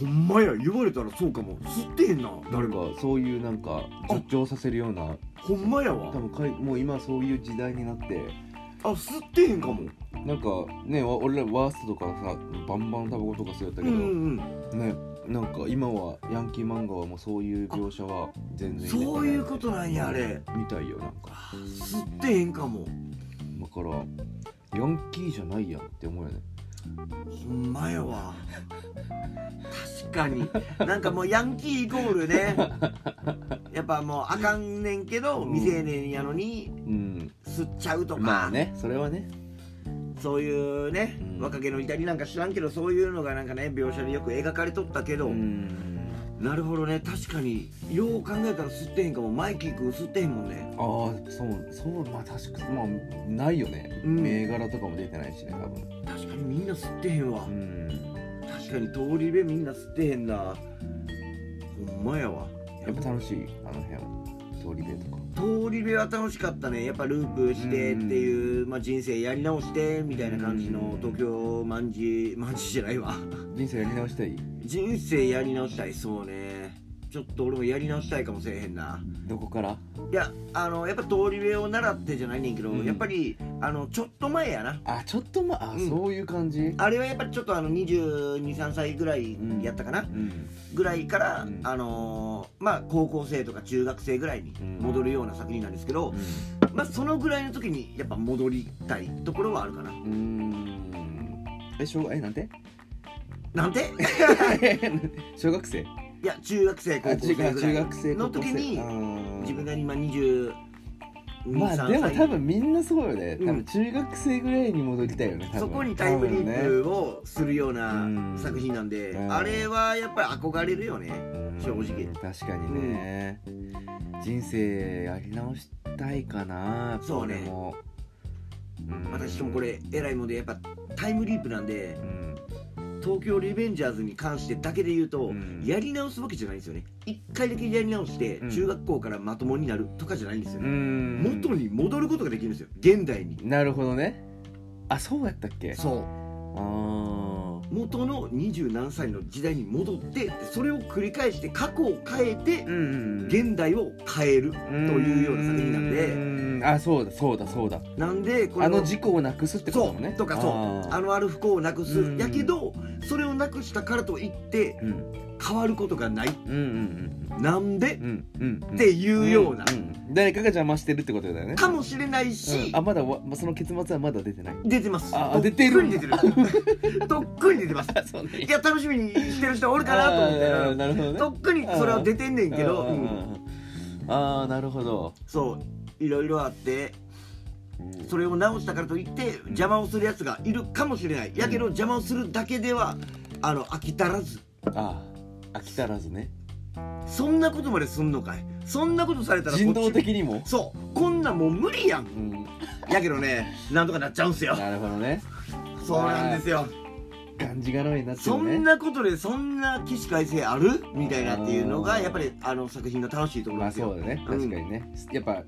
Speaker 2: ほんまや言われたらそうかも吸ってへんな
Speaker 1: な
Speaker 2: 誰
Speaker 1: ん
Speaker 2: も
Speaker 1: かそういうなんか助長させるような
Speaker 2: ほんまや
Speaker 1: 多
Speaker 2: わ
Speaker 1: 分かいもう今そういう時代になって
Speaker 2: あ吸ってへんかも
Speaker 1: なんかねわ俺らワーストとかさバンバンタバコとか吸うやった
Speaker 2: う
Speaker 1: け
Speaker 2: ん
Speaker 1: ど、
Speaker 2: うん
Speaker 1: ねなんか今はヤンキー漫画はもうそういう描写は全
Speaker 2: うん
Speaker 1: 然
Speaker 2: そういうことな
Speaker 1: と
Speaker 2: んやあれ
Speaker 1: みたいよなんか
Speaker 2: あ吸ってへんかも
Speaker 1: だからヤンキーじゃないやんって思うよね
Speaker 2: ほんまやわ確かになんかもうヤンキーイコールねやっぱもうあかんねんけど
Speaker 1: うん
Speaker 2: 未成年やのに
Speaker 1: うん
Speaker 2: 吸っちゃうとか、
Speaker 1: まあねそれはね
Speaker 2: そういうね、
Speaker 1: うん
Speaker 2: 若気の至りなんか知らんけどそういうのがなんかね描写でよく描かれとったけど、
Speaker 1: うん
Speaker 2: なるほどね確かによう考えたら吸ってへんかもマイキー君吸ってへんもんね
Speaker 1: ああそうそうまあ確かまあないよね、
Speaker 2: うん
Speaker 1: 銘柄とかも出てないしね多分
Speaker 2: 確かにみんな吸ってへんわ、
Speaker 1: うん
Speaker 2: 確かに通り部みんな吸ってへんなほんまやわ
Speaker 1: やっぱ楽しいあの辺は通り部とか
Speaker 2: 通り部は楽しかったねやっぱループしてっていう、まあ、人生やり直してみたいな感じ
Speaker 1: う
Speaker 2: の
Speaker 1: ん
Speaker 2: 東京まんじ まんじじゃないわ
Speaker 1: 人生やり直したい
Speaker 2: 人生やり直したいそうねちょっと俺もやり直したいかもしれへんな
Speaker 1: どこから
Speaker 2: いやあのやっぱ通り部を習ってじゃないねんけど、
Speaker 1: うん
Speaker 2: やっぱりあのちょっと前やな
Speaker 1: あちょっとまあ、
Speaker 2: うん
Speaker 1: そういう感じ
Speaker 2: あれはやっぱりちょっとあの223歳ぐらいやったかな、
Speaker 1: うん
Speaker 2: ぐらいから、
Speaker 1: うん
Speaker 2: あのーまあ高校生とか中学生ぐらいに戻るような作品なんですけど、まあそのぐらいの時にやっぱ戻りたいところはあるかな
Speaker 1: うんうんえ小学え なんて
Speaker 2: な んて
Speaker 1: 小学生
Speaker 2: いや中学生高
Speaker 1: あ
Speaker 2: 校
Speaker 1: 中
Speaker 2: 生ぐらい
Speaker 1: 中学生
Speaker 2: の時に
Speaker 1: 高校生あー
Speaker 2: 自分が今2223
Speaker 1: まあでも
Speaker 2: 歳、
Speaker 1: 多分みんなそうよね、
Speaker 2: うん
Speaker 1: 多分中学生ぐらいに戻りたいよね多分
Speaker 2: そこにタイムリ
Speaker 1: 多
Speaker 2: ー
Speaker 1: 分ね
Speaker 2: プをするような
Speaker 1: うん
Speaker 2: 作品なんで、
Speaker 1: うん
Speaker 2: あれはやっぱり憧れるよね
Speaker 1: うん
Speaker 2: 正直
Speaker 1: 確かにね、人生やり直したいかな
Speaker 2: そうね
Speaker 1: 俺もうん
Speaker 2: 私もこれ偉いもんでやっぱタイムリープなんで
Speaker 1: うん
Speaker 2: 東京リベンジャーズに関してだけで言うと、
Speaker 1: うん
Speaker 2: やり直すわけじゃないんですよね一回だけやり直して、
Speaker 1: うん
Speaker 2: 中学校からまともになるとかじゃないんですよ
Speaker 1: う
Speaker 2: ね、
Speaker 1: ん
Speaker 2: 元に戻ることができるんですよ現代に
Speaker 1: なるほどねあそうやったっけ
Speaker 2: そう
Speaker 1: あ
Speaker 2: 元の二十何歳の時代に戻ってでそれを繰り返して過去を変えて
Speaker 1: あうん
Speaker 2: 現代を変える
Speaker 1: と
Speaker 2: いうような作品なんで
Speaker 1: んあそうだそうだそうだ
Speaker 2: なんでこれ
Speaker 1: あ
Speaker 2: を
Speaker 1: の事故をなくすってことだもんね
Speaker 2: そうとかそう
Speaker 1: あ
Speaker 2: あ
Speaker 1: ー
Speaker 2: のある不幸をなくす
Speaker 1: うん
Speaker 2: やけどそれをなくしたからといって
Speaker 1: うん
Speaker 2: 変わることがない
Speaker 1: うんうん
Speaker 2: なんで
Speaker 1: うんうんうんうん
Speaker 2: っていうような、
Speaker 1: んん誰かが邪魔してるってことだよね
Speaker 2: かもしれないし
Speaker 1: うん、あまだわその結末はまだ出 てない
Speaker 2: 出てます
Speaker 1: あ
Speaker 2: とっ
Speaker 1: 出てる
Speaker 2: くに出て るとっくに出てます
Speaker 1: あそうね
Speaker 2: いや楽しみにしてる人おるかなと思っ
Speaker 1: あー
Speaker 2: て
Speaker 1: なるほどね
Speaker 2: とっくにそれは出てんねんけど、
Speaker 1: うんうん
Speaker 2: うん
Speaker 1: うんあーなるほど、
Speaker 2: そういろいろあってそれを直したからといって邪魔をするやつがいるかもしれないやけど邪魔をするだけではあの飽き足らず
Speaker 1: あー飽き足らずね
Speaker 2: そんなことまですんのかいそんなことされたらこっち
Speaker 1: 人道的にも、
Speaker 2: そうこんなんもう無理やん
Speaker 1: うん、
Speaker 2: やけどねなんとかなっちゃうんすよ
Speaker 1: なるほど ね
Speaker 2: そうなんですよ
Speaker 1: がんじがらめになって
Speaker 2: そ
Speaker 1: るね
Speaker 2: んなことでそんな起死回生あるみたいなっていうのがやっぱりあの作品の楽しいところ
Speaker 1: ま
Speaker 2: で
Speaker 1: あ
Speaker 2: すよ、
Speaker 1: そうだね
Speaker 2: うん
Speaker 1: 確かにね、やっぱ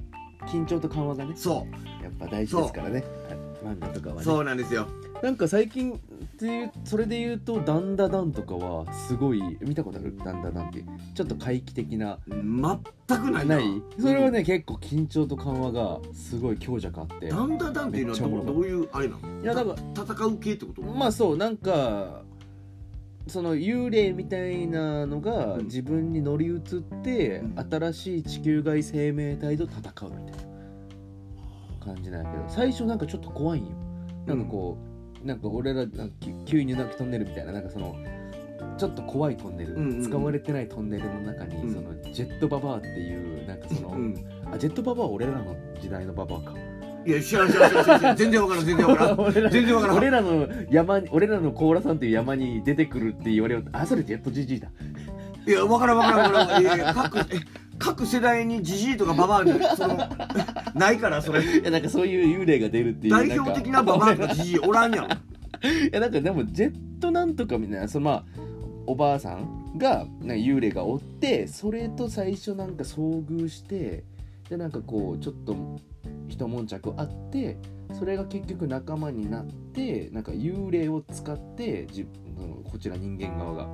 Speaker 1: 緊張と緩和がね
Speaker 2: そ
Speaker 1: やっぱ大事ですからねあ漫画とかは
Speaker 2: う
Speaker 1: ね
Speaker 2: そうなんですよ
Speaker 1: なんか最近っていうそれで言うと「ダンダダン」とかはすごい見たことある「ダンダダン」ってちょっと怪奇的な
Speaker 2: 全くない
Speaker 1: ないそれはね、結構緊張と緩和がすごい強弱あって
Speaker 2: だんだんだんっていうの
Speaker 1: めっ
Speaker 2: はど
Speaker 1: ちゃおもろ
Speaker 2: う
Speaker 1: かった
Speaker 2: どういうあれなの
Speaker 1: いやだか
Speaker 2: 戦う系ってこと
Speaker 1: らまあそうなんかその幽霊みたいなのが
Speaker 2: うん
Speaker 1: 自分に乗り移って、
Speaker 2: うん
Speaker 1: 新しい地球外生命体と戦うみたいな感じなんやけど最初なんかちょっと怖いんよなんかこうなんか俺らなんかき急に泣きトンネルみたいななんかそのちょっと怖いトンネル、
Speaker 2: うんうんうん
Speaker 1: 使われてないトンネルの中に、
Speaker 2: うん
Speaker 1: そのジェットババアっていうなんかその、
Speaker 2: うん
Speaker 1: あジェットババアは俺らの時代のババアか
Speaker 2: いや知らん知らん知らん知らん 知らん全然わからん全然わからん
Speaker 1: 俺ら
Speaker 2: 全然わからん
Speaker 1: 俺らの山に俺らの甲羅さんっていう山に出てくるって言われようあそれジェットジジイだ
Speaker 2: いやわからんわからんわからんいやいや各え各世代にジジイとかババアにその ないからそれ
Speaker 1: いやなんかそういう幽霊が出るっていう
Speaker 2: 代表的なババアとかジジイおらんやろ
Speaker 1: いやなんかでもジェットなんとかみたいなそのまあおばあさんがなんか幽霊がおってそれと最初なんか遭遇してでなんかこうちょっと一悶着あってそれが結局仲間になってなんか幽霊を使ってじそのこちら人間側が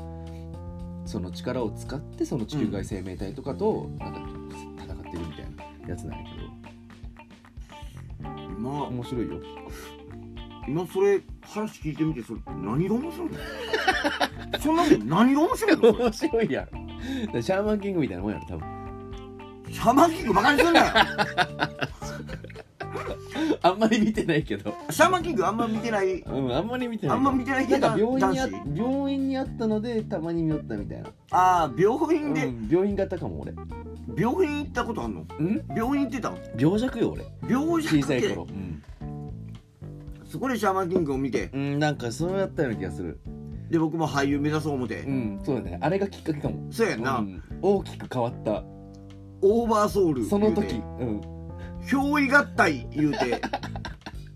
Speaker 1: その力を使ってその地球外生命体とかとなんか戦ってるみたいなやつなんやけど
Speaker 2: 今
Speaker 1: 面白いよ
Speaker 2: 今それ話聞いてみてそれ何が面白いの そんなもん何が面白いのそれ
Speaker 1: 面白いやろだから シャーマンキングみたいなもんやろ多分
Speaker 2: シャーマンキングバカにすんなよ
Speaker 1: あんまり見てないけど、
Speaker 2: シャーマンキングあんま見てない
Speaker 1: うん、あんまり見てな
Speaker 2: あ
Speaker 1: い
Speaker 2: んま見てない
Speaker 1: な
Speaker 2: け
Speaker 1: ん
Speaker 2: ど
Speaker 1: か病院にあ
Speaker 2: 男子
Speaker 1: 病院にあったのでたまに見よったみたいな、
Speaker 2: ああ病
Speaker 1: う
Speaker 2: 院で、
Speaker 1: ん、病院型かも俺
Speaker 2: 病院行ったことあんの
Speaker 1: うん
Speaker 2: 病院行ってたの
Speaker 1: 病弱よ俺
Speaker 2: 病
Speaker 1: 小
Speaker 2: 院
Speaker 1: さい
Speaker 2: て
Speaker 1: 頃うん、
Speaker 2: そこでシャーマンキングを見て
Speaker 1: うん、なんかそうやったような気がする
Speaker 2: で僕も俳優目指そう思て、
Speaker 1: うんそうだねあれがきっかけかも
Speaker 2: そうやんな、
Speaker 1: うん大きく変わった
Speaker 2: オーバーソウル
Speaker 1: その時
Speaker 2: 言う
Speaker 1: うん
Speaker 2: て憑依合体言うて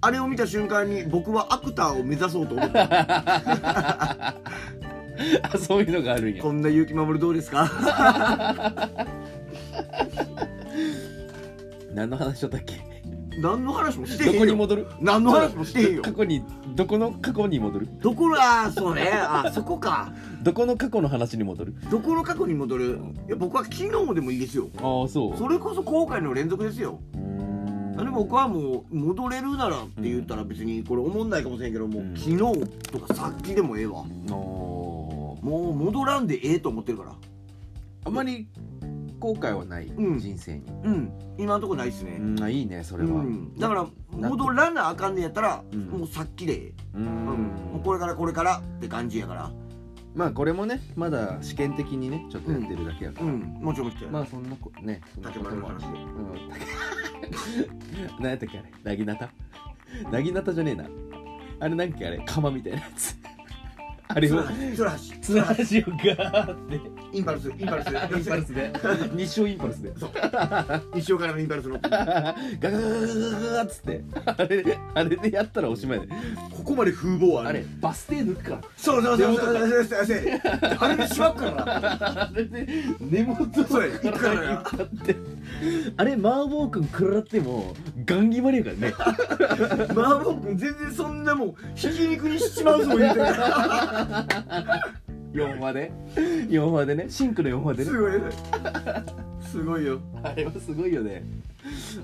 Speaker 2: あれを見た瞬間に僕はアクターを目指そうと思った
Speaker 1: あそういうのがあるんや
Speaker 2: こんな勇気守るどうですか
Speaker 1: 何の話しとったっけ
Speaker 2: 何の話もして
Speaker 1: ど
Speaker 2: へ
Speaker 1: こ
Speaker 2: ん
Speaker 1: に
Speaker 2: よ
Speaker 1: 戻る
Speaker 2: 何の話もしてへ んよ
Speaker 1: 過去にどこの過去に戻る
Speaker 2: どこらそうねあそこか
Speaker 1: どこの過去の話に戻る
Speaker 2: どこの過去に戻るいや僕は昨日でもいいですよ
Speaker 1: ああそう
Speaker 2: それこそ後悔の連続ですよ
Speaker 1: うん
Speaker 2: でも僕はもう戻れるならって言ったら別にこれ思んないかもしれんけどもう
Speaker 1: うん
Speaker 2: 昨日とかさっきでもええわ
Speaker 1: おー
Speaker 2: もう戻らんでええと思ってるから
Speaker 1: あまり後悔はない、
Speaker 2: うん
Speaker 1: 人生に、
Speaker 2: うん今のとこないっすね、
Speaker 1: うん、あいいねそれ
Speaker 2: う
Speaker 1: は、
Speaker 2: ん、だから戻らなあかんねやったら、
Speaker 1: うん
Speaker 2: もうさっきでええ、
Speaker 1: うん
Speaker 2: うんもうこれからこれからって感じやから
Speaker 1: まあこれもねまだ試験的にねちょっとやってるだけやか
Speaker 2: う
Speaker 1: ら、
Speaker 2: んもちろんもちろん、
Speaker 1: まあそんなこねそんな
Speaker 2: 竹
Speaker 1: こと
Speaker 2: 丸の
Speaker 1: もある
Speaker 2: 話
Speaker 1: し、
Speaker 2: で
Speaker 1: うん、何やったっけあれなぎなたなぎなたじゃねえなあれなんかあれ釜みたいなやつあれを
Speaker 2: そらし
Speaker 1: つながしをガーって
Speaker 2: インパルスインパルス
Speaker 1: インパルスで日照インパルスで
Speaker 2: 一生からのインパルスのこ
Speaker 1: ガガガガガガガガっつってあれであれでやったらおしまいで
Speaker 2: こまで風貌
Speaker 1: あれバス停抜くから
Speaker 2: そうそうそうそうそうそうそうあれでしまっからな
Speaker 1: あれで根元
Speaker 2: そうや行くからな
Speaker 1: ってあれ麻婆君食らってもガン決まりやからね
Speaker 2: マーボー君全然そんなもんひき肉にしちまうぞ言うてる
Speaker 1: 4話で4話でねシンクの4話ですね
Speaker 2: ごいねすごいよ
Speaker 1: あれはすごいよね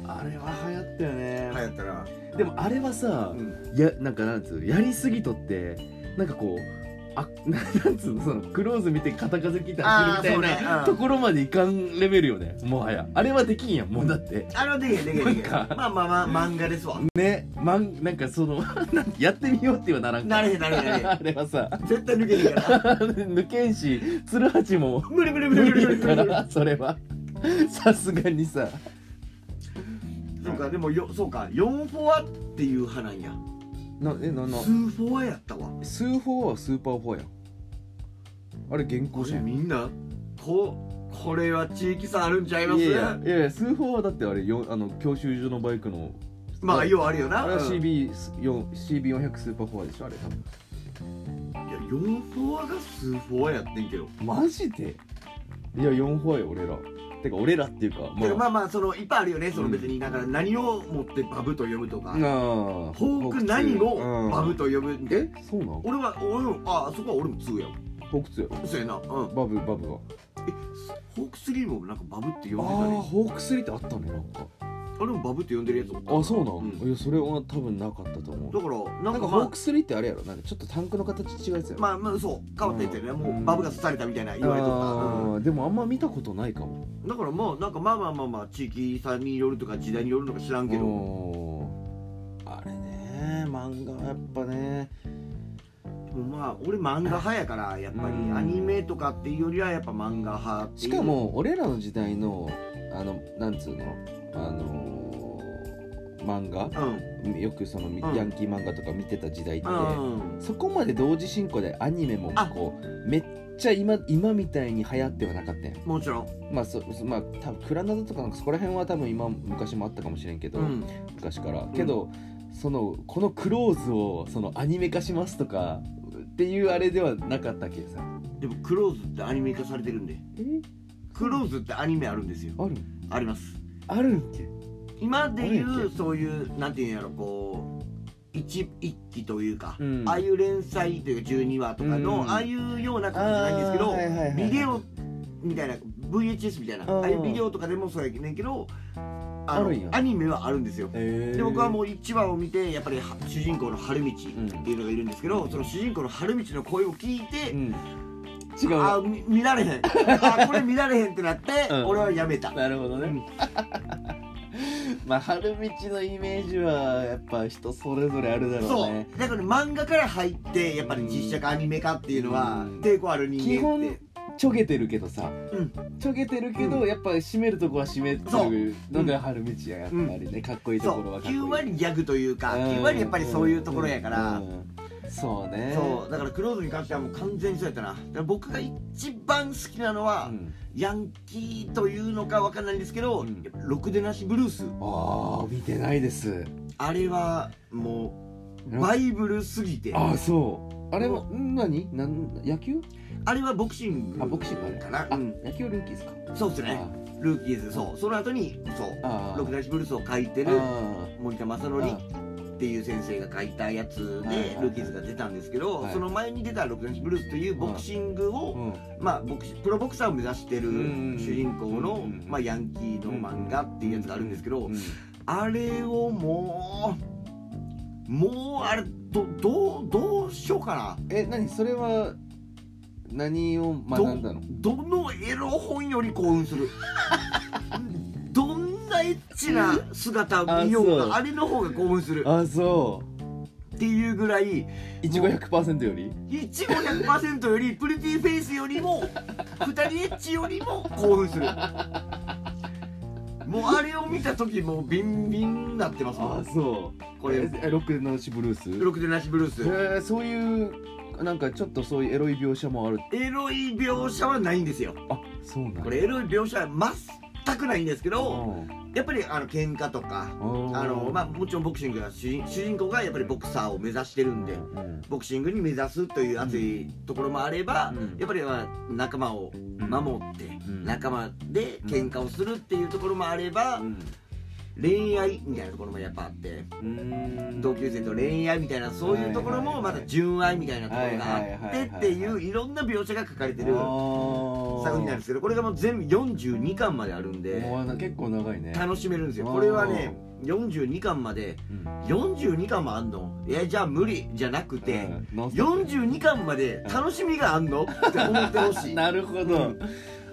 Speaker 1: あれは流行ったよね、
Speaker 2: 流行ったら
Speaker 1: でもあれはさ、
Speaker 2: うん
Speaker 1: やなんかなんつうのやりすぎとってなんかこうあ ななんつうのそのクローズ見て片風切って走るみたい
Speaker 2: あー
Speaker 1: な
Speaker 2: そうねう
Speaker 1: と
Speaker 2: ん
Speaker 1: ころまでいかんレベルよねもはやあれはできんやんもうだって
Speaker 2: あれはでけえでけえでけえ
Speaker 1: なんか
Speaker 2: まあまあまあ漫画ですわ
Speaker 1: ねまんなんかその なんやってみようってはならん
Speaker 2: な
Speaker 1: から
Speaker 2: れへんなれへんなれへん
Speaker 1: あれはさ
Speaker 2: 絶対抜けへんから
Speaker 1: 抜けんし鶴八も
Speaker 2: 無理無理無
Speaker 1: 無
Speaker 2: 理無
Speaker 1: 理
Speaker 2: 理
Speaker 1: や
Speaker 2: 無
Speaker 1: か
Speaker 2: 理無理
Speaker 1: らそれはさすがにさ
Speaker 2: そうかでもよそうか4フォアっていう派なんや
Speaker 1: なえな
Speaker 2: ス
Speaker 1: な
Speaker 2: ーフォアやったわ
Speaker 1: スーフォーはスーパーフォーやんあれ現行
Speaker 2: こ
Speaker 1: じ
Speaker 2: れ
Speaker 1: ゃんい
Speaker 2: みんなここれは地域差あるんちゃい
Speaker 1: や
Speaker 2: ます
Speaker 1: いやいやいやスーフォーはだってあれよあの教習所のバイクの
Speaker 2: まあ要はあるよな
Speaker 1: あれは
Speaker 2: うん
Speaker 1: CB4 CB400 スーパーフォーでしょあれ多分
Speaker 2: いや4フォアがスーフォアやってんけど
Speaker 1: マジでいや4フォーや俺らてか俺らっていうか
Speaker 2: けどま
Speaker 1: あ
Speaker 2: あまあそのいっぱいあるよねその別にだから何を持ってバブと呼ぶとか
Speaker 1: あー
Speaker 2: フォーク何をバブ
Speaker 1: と
Speaker 2: と呼ぶみたいな
Speaker 1: えそうなの
Speaker 2: 俺は俺もあそこは俺も2やわ
Speaker 1: フォーク2やろ
Speaker 2: そうやなうん
Speaker 1: バブバブは
Speaker 2: えフォーク3もなんかバブって呼
Speaker 1: あ
Speaker 2: んでた
Speaker 1: あ
Speaker 2: ね
Speaker 1: ホークスリーってあったねなんか
Speaker 2: あれもバブって呼んでるやつだった
Speaker 1: あそうなん、
Speaker 2: うん
Speaker 1: いやそれは多分なかったと思う
Speaker 2: だから
Speaker 1: な
Speaker 2: な
Speaker 1: んんか
Speaker 2: かま
Speaker 1: ホー
Speaker 2: あ
Speaker 1: クスリーってあれやろなんかちょっとタンクの形違うやつやろ、
Speaker 2: まあまあそう変わったやつやね、
Speaker 1: うん
Speaker 2: もうバブが刺されたみたいな言われとった、うん
Speaker 1: あーでもあんま見たことないかも
Speaker 2: だからまあなんかまあまあまあまあ地域差によるとか時代によるのか知らんけど、
Speaker 1: うんあれね漫画はやっぱね
Speaker 2: でもまあ俺漫画派やからやっぱり
Speaker 1: うん
Speaker 2: アニメとかっていうよりはやっぱ漫画派ってい
Speaker 1: し
Speaker 2: う
Speaker 1: かも俺らの時代のあのなんつうのあのー漫画
Speaker 2: うん
Speaker 1: よくそのみ
Speaker 2: うん
Speaker 1: ヤンキー漫画とか見てた時代って、
Speaker 2: うん
Speaker 1: そこまで同時進行でアニメも
Speaker 2: あ
Speaker 1: こうめっちゃ今今みたいに流行ってはなかったやん
Speaker 2: もちろん
Speaker 1: まあそそまあ多分クラナドとかなんかそこら辺は多分今昔もあったかもしれんけど、
Speaker 2: うん
Speaker 1: 昔からけど、そのこのクローズをそのアニメ化しますとかっていうあれではなかったけさ
Speaker 2: でもクローズってアニメ化されてるんで
Speaker 1: え
Speaker 2: クローズってアニメあるんですよ
Speaker 1: ある
Speaker 2: あります
Speaker 1: あるんけ
Speaker 2: 今でい
Speaker 1: あるんや
Speaker 2: うそういうなんていうんやろこう一一期というか、
Speaker 1: うん
Speaker 2: ああいう連載というか12話とかの、
Speaker 1: うん
Speaker 2: ああいうような形なんですけど、
Speaker 1: あーはいはいはいはい
Speaker 2: ビデオみたいな VHS みたいな
Speaker 1: うん
Speaker 2: ああいうビデオとかでもそうやねんけどあ
Speaker 1: あるんや
Speaker 2: のアニメはあるんですよ
Speaker 1: え
Speaker 2: で僕はもう1話を見てやっぱりは主人公の春道っていうのがいるんですけど、
Speaker 1: うん
Speaker 2: その主人公の春道の声を聞いて、
Speaker 1: ん、違う
Speaker 2: あみ見られへんあこれ見られへんってなって、
Speaker 1: うん
Speaker 2: 俺はやめた、
Speaker 1: なるほど
Speaker 2: う
Speaker 1: ね
Speaker 2: ん
Speaker 1: まあ春道のイメージはやっぱ人それぞれあるだろ
Speaker 2: そうう
Speaker 1: ね
Speaker 2: だから漫画から入ってやっぱり実写かアニメかっていうのは
Speaker 1: うん
Speaker 2: 抵抗ある人
Speaker 1: 基
Speaker 2: 間っ
Speaker 1: 本
Speaker 2: て
Speaker 1: ちょげてるけどさ、ちょげてるけど、
Speaker 2: う
Speaker 1: やっぱ締めるとこは締めてるのが春道ややっぱりね、かっこいいと
Speaker 2: そ
Speaker 1: ころ
Speaker 2: う
Speaker 1: はかっこいい
Speaker 2: 9割ギャグというか
Speaker 1: うん
Speaker 2: 9割やっぱりそういうところやから
Speaker 1: うんそうね
Speaker 2: そうだからクローズに関してはもう完全にそうやったなだから僕が一番好きなのは
Speaker 1: うん
Speaker 2: ヤンキーというのかわかんないんですけど
Speaker 1: うん
Speaker 2: やっぱろくでなしブルース
Speaker 1: ああ見てないです
Speaker 2: あれはもうバイブルすぎて
Speaker 1: ああそうあれはん何なん野球
Speaker 2: あれはボクシング
Speaker 1: あボクシングね
Speaker 2: かな
Speaker 1: あ、
Speaker 2: うん
Speaker 1: 野球ルーキーですか
Speaker 2: そうっすねルーキーズそうその後にそう
Speaker 1: ああ
Speaker 2: ろくでなしブルースを書いて
Speaker 1: あ
Speaker 2: る
Speaker 1: あ
Speaker 2: 森田正則っていう先生が書いたやつ
Speaker 1: はいはい
Speaker 2: で
Speaker 1: はい
Speaker 2: ルーキーズが出たんですけど、
Speaker 1: はい
Speaker 2: その前に出た「六年ブルース」というボクシングを、
Speaker 1: うん
Speaker 2: まあ、ボクシプロボクサーを目指してる
Speaker 1: うん
Speaker 2: 主人公
Speaker 1: う
Speaker 2: の、
Speaker 1: ん
Speaker 2: まあ、ヤンキーの漫画っていうやつがあるんですけど、
Speaker 1: うん
Speaker 2: あれをもうもうあれどどうどうしようか
Speaker 1: え何それは何を
Speaker 2: な
Speaker 1: 学んだの
Speaker 2: どどのエロ本より興奮す るどんなエッチな姿を見よう
Speaker 1: あそう
Speaker 2: があれの方が興奮する
Speaker 1: あそ
Speaker 2: っていうぐらいう
Speaker 1: いちご100%より
Speaker 2: いちご100%よりプリティフェイスよりも二人エッチよりも興奮するもうあれを見た時もうビンビンになってますもん
Speaker 1: そう
Speaker 2: これ
Speaker 1: えロックのシブルース
Speaker 2: ろくでなしブルース
Speaker 1: へえそういうなんかちょっとそういうエロい描写もある
Speaker 2: エロい描写はないんですよ
Speaker 1: あそうなんだ
Speaker 2: これエロい描写は全くないんですけ
Speaker 1: う
Speaker 2: ど
Speaker 1: ん
Speaker 2: やっぱりあの喧嘩とかあのまあもちろんボクシングが主人主人公がやっぱりボクサーを目指してるんで
Speaker 1: うん
Speaker 2: ボクシングに目指すという熱いところもあれば、
Speaker 1: うん
Speaker 2: やっぱりまあ仲間を守って、
Speaker 1: ん
Speaker 2: 仲間で喧嘩をするっていうところもあれば、恋愛みたいなところもやっぱあって、
Speaker 1: うん
Speaker 2: 同級生と恋愛みたいなそういうところ
Speaker 1: はい
Speaker 2: も
Speaker 1: はいは
Speaker 2: ま
Speaker 1: い
Speaker 2: た純愛みたいなところがあ
Speaker 1: は
Speaker 2: っ
Speaker 1: いはい
Speaker 2: て
Speaker 1: はい
Speaker 2: っ
Speaker 1: はい
Speaker 2: ていういろんな描写が書かれてる
Speaker 1: 作
Speaker 2: 作品なんですけどこれがもう全部42巻まであるんで
Speaker 1: もうな結構長いね
Speaker 2: 楽しめるんですよ
Speaker 1: あー
Speaker 2: これはね42巻まで
Speaker 1: うん
Speaker 2: 42巻もあんのいやじゃあ無理じゃなくて
Speaker 1: うんノンストップ
Speaker 2: 42巻まで楽しみがあんのって思ってほしい
Speaker 1: なるほど、
Speaker 2: うん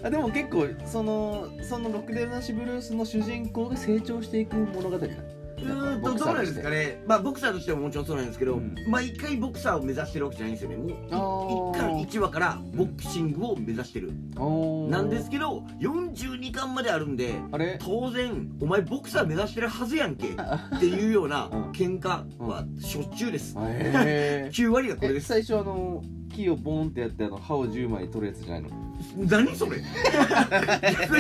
Speaker 1: あでも結構そのその「ロックデルナシブルース」の主人公が成長していく物語だ
Speaker 2: うーんとどうなんですかね、まあ、ボクサーとしてももちろんそうなんですけど、
Speaker 1: うん
Speaker 2: 毎回ボクサーを目指してるわけじゃないんですよねもう
Speaker 1: あー
Speaker 2: 1, 巻1話からボクシングを目指してる、なんですけど42巻まであるんで
Speaker 1: あ れ
Speaker 2: 当然お前ボクサー目指してるはずやんけっていう ような
Speaker 1: うん
Speaker 2: 喧嘩はしょっちゅうです、
Speaker 1: へ
Speaker 2: 9割がこれ
Speaker 1: え
Speaker 2: です
Speaker 1: 最初あの木をボーンってやってあの歯を10枚取るやつじゃないの
Speaker 2: 何 それ逆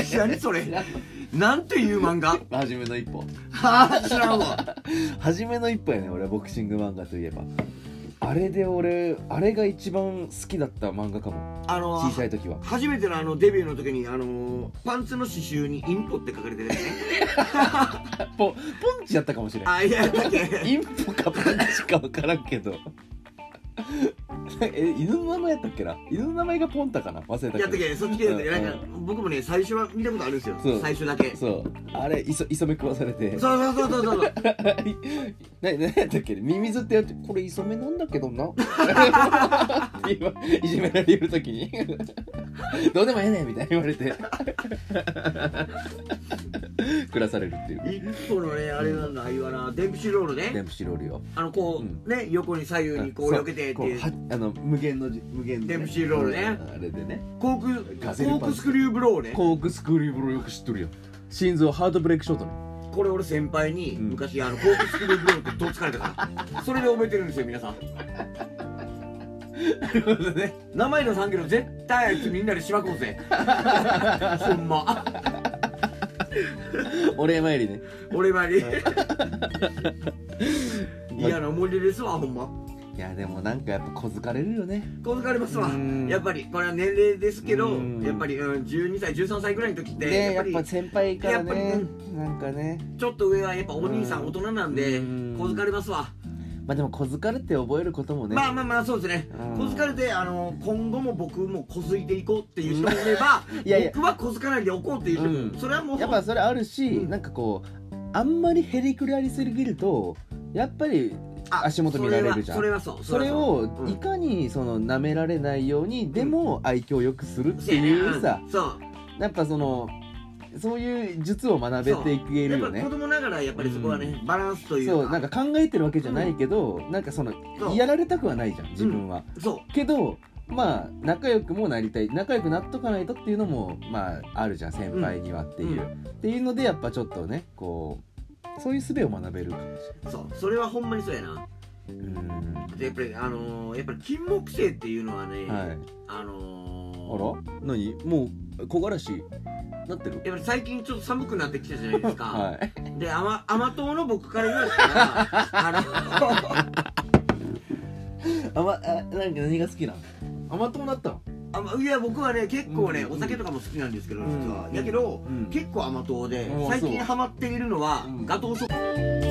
Speaker 2: に何それなんていう漫画
Speaker 1: 初めの一歩
Speaker 2: は あ知らんわ
Speaker 1: 初めの一歩やね俺ボクシング漫画といえばあれで俺あれが一番好きだった漫画かも
Speaker 2: あの
Speaker 1: 小さい時は
Speaker 2: 初めてのあのデビューの時にあのーパンツの刺繍にインポって書かれてるやつね
Speaker 1: ポポンチやったかもしれん
Speaker 2: あいやだっけ
Speaker 1: インポかパンチか分からんけど え犬の名前やったっけな犬の名前がポンタかな忘れた
Speaker 2: やったっ
Speaker 1: け
Speaker 2: けそっち系でなんか僕もね最初は見たことあるんですよ
Speaker 1: そう
Speaker 2: 最初だけ
Speaker 1: ど
Speaker 2: そ
Speaker 1: そうあれ磯磯目食わされて
Speaker 2: うそうそうそうそう
Speaker 1: な何やったっけミミズってやってこれ磯目なんだけどな って言わいじめられる時にどうでもええねんみたいに言われて 暮らされるっていう
Speaker 2: 一個のねあれなんだああいうあなデンプシーロール
Speaker 1: デ
Speaker 2: ね
Speaker 1: ンプシーロールよ
Speaker 2: あのこうね横に左右にこう避けてって
Speaker 1: こう
Speaker 2: いう
Speaker 1: はあの無限のじ無限のね
Speaker 2: デンプシーロールね
Speaker 1: うんあれでね
Speaker 2: コークコ
Speaker 1: ガゼルパンチ
Speaker 2: ークスクリューブローね
Speaker 1: コークスクリューブルよく知っとるよ心臓ハートブレイクショートね
Speaker 2: これ俺先輩に
Speaker 1: うん
Speaker 2: 昔あのコークスクリューブロールってどつかれ たからそれで覚えてるんですよ皆さん
Speaker 1: なるほどね
Speaker 2: 名前の3キロ絶対あいつみんなでしまこ うぜほんま
Speaker 1: お礼参りね
Speaker 2: 俺まに 嫌な思い出ですわほんま
Speaker 1: いやでもなんかやっぱ小づかれるよね
Speaker 2: 小かれますわ
Speaker 1: うん
Speaker 2: やっぱりこれは年齢ですけど
Speaker 1: うん
Speaker 2: やっぱり、うん、12歳13歳ぐらいの時って、
Speaker 1: ね
Speaker 2: や
Speaker 1: や
Speaker 2: っ
Speaker 1: っ
Speaker 2: ぱ
Speaker 1: ぱ
Speaker 2: り
Speaker 1: 先輩から
Speaker 2: やっ
Speaker 1: ね
Speaker 2: ぱり
Speaker 1: なんかね
Speaker 2: ちょっと上はやっぱお兄さん
Speaker 1: うん
Speaker 2: 大人なんで
Speaker 1: うん
Speaker 2: 小かれますわ、
Speaker 1: まあでも小づかれって覚えることもね
Speaker 2: まあまあまあそうですね
Speaker 1: うん
Speaker 2: 小かれてあの今後も僕も小づいていこうっていう人もいれば
Speaker 1: いやいや
Speaker 2: 僕は小づかないでおこうっていう人も、
Speaker 1: うん
Speaker 2: それはもう
Speaker 1: やっぱそれあるし、
Speaker 2: うん
Speaker 1: なんかこうあんまりへりくりありすぎるとやっぱり
Speaker 2: あ
Speaker 1: 足元見られるじゃん
Speaker 2: それはそう
Speaker 1: そ
Speaker 2: は
Speaker 1: れを
Speaker 2: うん
Speaker 1: いかにその舐められないように、でも愛嬌よくするっ
Speaker 2: そ
Speaker 1: て
Speaker 2: やね
Speaker 1: いうさ
Speaker 2: ん、そう
Speaker 1: やっぱそのそういう術を学べていけるよ
Speaker 2: やっぱ
Speaker 1: ね
Speaker 2: 子供ながらやっぱりそこはね、バランスというか
Speaker 1: そうなんか考えてるわけじゃないけど、なんかその
Speaker 2: そう
Speaker 1: やられたくはないじゃん自分は、
Speaker 2: そう
Speaker 1: けどまあ仲良くもなりたい仲良くなっとかないとっていうのもまああるじゃん先輩にはっていう、
Speaker 2: う
Speaker 1: っていうのでやっぱちょっとねこうそういう術を学べるかもし
Speaker 2: そうそれはほんまにそうやな
Speaker 1: れないうん
Speaker 2: でやっぱりあのーやっぱり金木犀っていうのはね、
Speaker 1: はい
Speaker 2: あのー
Speaker 1: あら何もう木枯らしなってる
Speaker 2: やっぱり最近ちょっと寒くなってきたじゃないです か、
Speaker 1: はい
Speaker 2: で甘甘党の僕から言わしたらあ
Speaker 1: あまあなんか何が好きな甘党なったの
Speaker 2: の甘いや僕はね結構ね、
Speaker 1: うん
Speaker 2: お酒とかも好きなんですけど、
Speaker 1: うん
Speaker 2: 実はやけど、
Speaker 1: うん
Speaker 2: 結構甘党で
Speaker 1: ああ
Speaker 2: 最近
Speaker 1: そう
Speaker 2: ハマっているのは、
Speaker 1: うん
Speaker 2: ガトーショコ